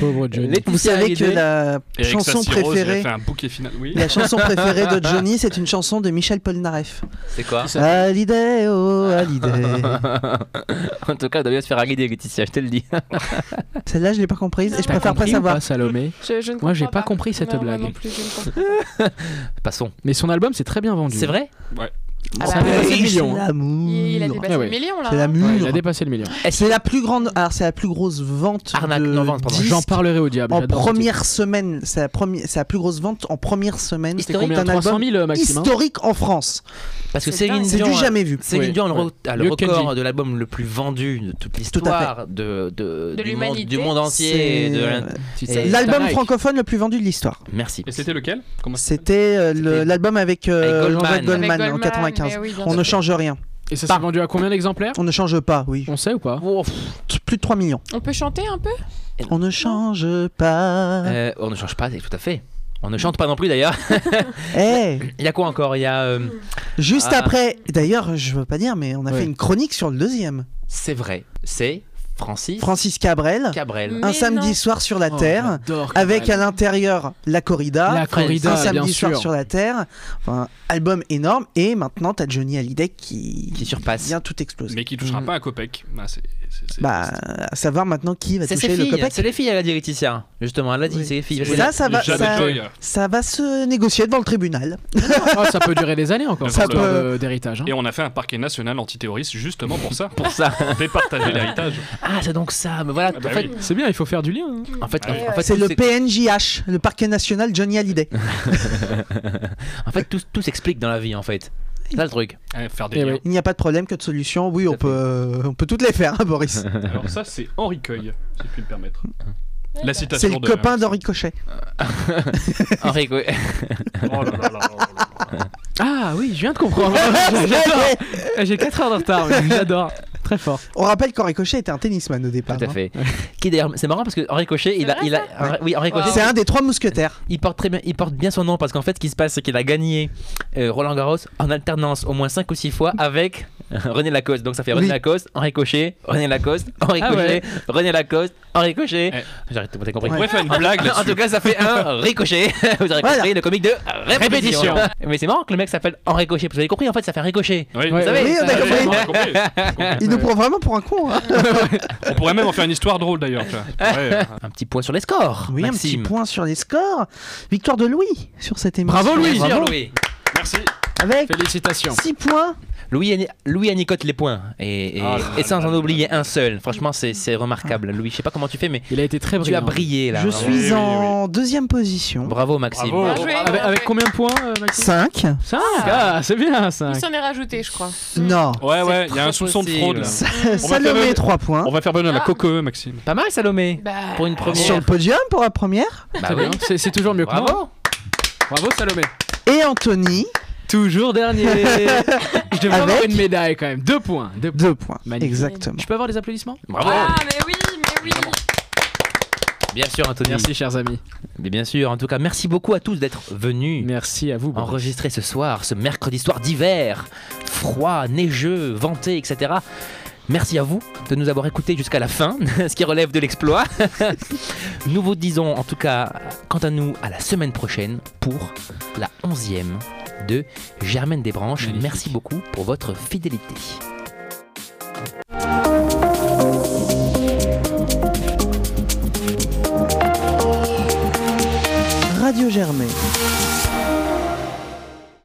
Speaker 4: Pauvre Johnny.
Speaker 2: Laetitia
Speaker 1: Vous savez que
Speaker 2: Hallyday.
Speaker 1: la
Speaker 6: Et avec sa
Speaker 1: chanson
Speaker 6: cirrhose, elle a
Speaker 1: préférée.
Speaker 6: fait un bouquet final. Oui.
Speaker 1: La chanson préférée de Johnny, c'est une chanson de Michel Polnareff.
Speaker 2: C'est quoi
Speaker 1: Hallyday, oh Hallyday.
Speaker 2: En tout cas, elle doit bien se faire aguider, Laetitia, je te le dis.
Speaker 1: Celle-là, je l'ai pas comprise et je
Speaker 4: T'as
Speaker 1: préfère pas
Speaker 4: compris ou
Speaker 1: savoir.
Speaker 4: pas, Salomé.
Speaker 5: Je, je ne
Speaker 4: Moi, j'ai
Speaker 5: comprends
Speaker 4: pas compris cette
Speaker 5: Non, moi
Speaker 4: blague.
Speaker 5: non plus, je ne comprends pas.
Speaker 2: Passons.
Speaker 4: Mais son album, c'est très bien vendu.
Speaker 2: C'est vrai
Speaker 5: Ah
Speaker 4: Ça
Speaker 5: bah,
Speaker 4: fait
Speaker 1: Oui,
Speaker 4: sept millions,
Speaker 1: C'est
Speaker 4: hein.
Speaker 1: l'amour.
Speaker 5: Il, il a dépassé
Speaker 4: Ah
Speaker 5: le
Speaker 4: ouais.
Speaker 5: million là.
Speaker 1: C'est la
Speaker 5: hein.
Speaker 4: Ouais,
Speaker 1: mule.
Speaker 4: il a dépassé le million.
Speaker 1: C'est la plus grande. Alors, c'est la plus grosse vente.
Speaker 2: Arnaque,
Speaker 1: de
Speaker 2: non, vente, pardon.
Speaker 1: disques
Speaker 4: J'en parlerai au diable.
Speaker 1: En
Speaker 4: j'adore ce titre.
Speaker 1: première semaine, c'est la, première- c'est la plus grosse vente en première semaine.
Speaker 4: C'était
Speaker 2: Historique,
Speaker 4: combien
Speaker 1: d'un
Speaker 4: 300 000 euh, Maxime hein
Speaker 1: Historique en France.
Speaker 2: Parce que
Speaker 5: C'est
Speaker 2: Céline
Speaker 5: dingue.
Speaker 1: C'est
Speaker 2: Dion, euh,
Speaker 1: du jamais vu.
Speaker 2: Céline
Speaker 4: Oui,
Speaker 2: Dion a le,
Speaker 4: ouais.
Speaker 2: re- a le
Speaker 4: Lieu
Speaker 2: record
Speaker 4: Kenji.
Speaker 2: de l'album le plus vendu de toute l'histoire de, de,
Speaker 5: De
Speaker 2: du, monde, du
Speaker 5: l'humanité.
Speaker 2: monde entier.
Speaker 1: C'est- euh,
Speaker 2: de la-
Speaker 4: Si,
Speaker 2: Et
Speaker 4: c'est
Speaker 1: L'album
Speaker 4: Nike.
Speaker 1: francophone le plus vendu de l'histoire.
Speaker 2: Merci.
Speaker 6: Et c'était lequel Comment ça
Speaker 1: C'était euh, le-
Speaker 2: C'était-
Speaker 1: l'album avec, euh,
Speaker 2: Avec Goldman.
Speaker 1: Jean-Jacques
Speaker 5: Avec
Speaker 1: Goldman, en
Speaker 5: Goldman,
Speaker 1: 95.
Speaker 5: mais oui, bien
Speaker 1: On
Speaker 5: sûr.
Speaker 1: ne change rien.
Speaker 4: Et ça s'est vendu à combien d'exemplaires
Speaker 1: On ne change pas, oui.
Speaker 4: On sait ou pas
Speaker 2: Oh,
Speaker 1: T- Plus de 3 millions.
Speaker 5: On peut chanter un peu
Speaker 1: On ne change pas.
Speaker 2: Euh, on ne change pas, c'est tout à fait. On ne chante pas non plus d'ailleurs.
Speaker 1: Eh,
Speaker 2: Il y a quoi encore Il y a. euh,
Speaker 1: juste
Speaker 2: Ah.
Speaker 1: après, d'ailleurs, je veux pas dire, mais on a
Speaker 4: Ouais.
Speaker 1: fait une chronique sur le deuxième.
Speaker 2: c'est vrai, c'est Francis
Speaker 1: Francis Cabrel,
Speaker 2: Cabrel.
Speaker 5: Mais
Speaker 1: un samedi
Speaker 5: non.
Speaker 1: soir sur la terre, avec à l'intérieur la corrida.
Speaker 4: Oh, la corrida,
Speaker 1: un samedi
Speaker 4: bien
Speaker 1: soir
Speaker 4: sûr.
Speaker 1: sur la Terre, Enfin, album énorme, et maintenant t'as Johnny Hallyday qui,
Speaker 2: Qui surpasse.
Speaker 1: vient tout exploser.
Speaker 6: Mais qui touchera pas un copec. Bah, c'est- c'est- c'est-
Speaker 1: Bah, à savoir maintenant qui va
Speaker 2: C'est ses
Speaker 1: toucher le
Speaker 2: filles,
Speaker 1: copec.
Speaker 2: c'est les filles, elle a dit Laetitia. Justement, elle a dit,
Speaker 1: Oui.
Speaker 2: c'est les filles.
Speaker 1: Ça, ça va,
Speaker 6: Jade
Speaker 1: ça,
Speaker 6: Joy.
Speaker 1: ça va se négocier devant le tribunal.
Speaker 4: Ah, ça peut durer des années encore.
Speaker 6: Ça
Speaker 4: cette histoire
Speaker 1: peut-
Speaker 4: de- d'héritage. hein.
Speaker 6: Et on a fait un parquet national antiterroriste justement pour ça.
Speaker 2: pour ça.
Speaker 6: pour départager l'héritage.
Speaker 2: Ah, c'est donc ça. Mais voilà,
Speaker 6: Ah
Speaker 2: en
Speaker 6: bah
Speaker 2: fait,
Speaker 6: oui.
Speaker 4: C'est bien, il faut faire du lien. hein.
Speaker 2: en fait,
Speaker 6: Ah oui.
Speaker 2: en fait,
Speaker 1: C'est
Speaker 2: tout
Speaker 1: le
Speaker 2: s'ex-
Speaker 1: PNJH, le parquet national Johnny Hallyday.
Speaker 2: en fait, tout, tout s'explique dans la vie, en fait. C'est ça le truc.
Speaker 6: Ouais, faire des
Speaker 4: Eh
Speaker 6: liens.
Speaker 4: oui.
Speaker 1: Il n'y a pas de problème que de solution. Oui, on
Speaker 2: fait.
Speaker 1: peut, on peut toutes les faire, hein, Boris.
Speaker 6: Alors ça, c'est Henri Cueil, si je puis me permettre. La citation
Speaker 1: C'est le
Speaker 6: de...
Speaker 1: copain d'Henri Cochet.
Speaker 2: Henri, oui.
Speaker 6: Oh là là là là là là.
Speaker 4: Ah oui, je viens de comprendre. J'ai 4 heures de retard, mais j'adore. Très fort.
Speaker 1: on rappelle qu'Henri Cochet était un tennisman au départ.
Speaker 2: tout à
Speaker 1: hein.
Speaker 2: fait. Qui d'ailleurs, c'est marrant parce que Henri Cochet, il a,
Speaker 5: vrai,
Speaker 2: il a, Henri- oui, Henri Cochet,
Speaker 1: C'est un des trois mousquetaires.
Speaker 2: Il porte, très bien, il porte bien son nom parce qu'en fait, ce qui se passe, c'est qu'il a gagné euh, Roland Garros en alternance au moins 5 ou 6 fois avec René Lacoste. Donc ça fait René
Speaker 1: Oui.
Speaker 2: Lacoste, Henri Cochet, René Lacoste, Henri
Speaker 4: Ah
Speaker 2: Cochet, René Lacoste, Henri Cochet.
Speaker 6: Eh.
Speaker 2: J'arrête, t'as compris.
Speaker 6: On pourrait faire une blague
Speaker 2: En tout
Speaker 6: là-dessus.
Speaker 2: cas, ça fait un ricochet. Vous aurez
Speaker 1: Voilà.
Speaker 2: compris le comique de répétition.
Speaker 4: Répétition.
Speaker 2: Mais c'est marrant que le mec s'appelle Henri Cochet. Vous avez compris, en fait, ça fait un ricochet.
Speaker 6: Oui,
Speaker 4: Ouais.
Speaker 6: vous savez.
Speaker 1: Oui, on a
Speaker 6: Ah,
Speaker 1: compris.
Speaker 6: on a compris.
Speaker 1: Il nous prend vraiment pour un con. hein.
Speaker 6: On pourrait même en faire une histoire drôle d'ailleurs. tu vois. Ouais.
Speaker 2: Un petit point sur les scores.
Speaker 1: Oui, un
Speaker 2: Maxime.
Speaker 1: petit point sur les scores. Victoire de Louis sur cette émission.
Speaker 4: Bravo, Louis.
Speaker 2: Plaisir, Louis.
Speaker 6: Merci.
Speaker 1: Avec
Speaker 4: Félicitations.
Speaker 1: 6 points.
Speaker 2: Louis, anni- Louis annicote les points et, et-
Speaker 6: Ah là
Speaker 2: et sans
Speaker 6: là
Speaker 2: en
Speaker 6: là
Speaker 2: oublier un seul. Franchement, c'est c'est remarquable. Louis, je sais pas comment tu fais, mais
Speaker 4: Il a été très
Speaker 2: tu as
Speaker 4: brillant.
Speaker 2: brillé là.
Speaker 1: Je
Speaker 2: vraiment.
Speaker 1: suis
Speaker 6: oui,
Speaker 1: en deuxième position.
Speaker 2: Bravo Maxime.
Speaker 6: Bravo.
Speaker 5: Bien joué,
Speaker 4: Avec,
Speaker 5: bien
Speaker 4: avec
Speaker 5: joué.
Speaker 4: combien de points, euh, Maxime
Speaker 1: 5
Speaker 4: 5 Ah, c'est bien,
Speaker 5: Il
Speaker 4: 5
Speaker 5: s'en est rajouté, je crois.
Speaker 1: Non.
Speaker 6: Ouais, ouais,
Speaker 2: C'est
Speaker 6: il y a un
Speaker 2: très
Speaker 6: soupçon de fraude là.
Speaker 1: Sa-
Speaker 6: On va faire
Speaker 1: Salomé
Speaker 6: le-
Speaker 1: 3 points.
Speaker 6: On va faire bonne à la
Speaker 5: Ah.
Speaker 6: coco, Maxime.
Speaker 2: Pas mal Salomé.
Speaker 5: Bah,
Speaker 2: Pour une première.
Speaker 1: Sur le podium pour la première.
Speaker 2: Bah oui.
Speaker 4: C'est c'est toujours mieux que moi.
Speaker 2: Bravo.
Speaker 4: Bravo, Salomé.
Speaker 1: Et Anthony,
Speaker 4: Toujours dernier. Je devrais avoir
Speaker 1: Avec
Speaker 4: une médaille quand même. Deux points. Deux points.
Speaker 1: 2 points.
Speaker 4: Magnifique.
Speaker 1: Exactement.
Speaker 4: Je peux avoir des applaudissements
Speaker 2: Bravo.
Speaker 5: Ah, mais oui, mais oui.
Speaker 2: Bien sûr Anthony.
Speaker 4: Merci, chers amis.
Speaker 2: Mais bien sûr. En tout cas, merci beaucoup à tous d'être venus.
Speaker 4: Merci à vous. Boris.
Speaker 2: Enregistré ce soir, ce mercredi soir d'hiver, froid, neigeux, venté, etc. Merci à vous de nous avoir écoutés jusqu'à la fin, ce qui relève de l'exploit. nous vous disons en tout cas, quant à nous, à la semaine prochaine pour la onzième de Germaine Desbranches.
Speaker 4: Magnifique.
Speaker 2: Merci beaucoup pour votre fidélité.
Speaker 1: Radio Germaine.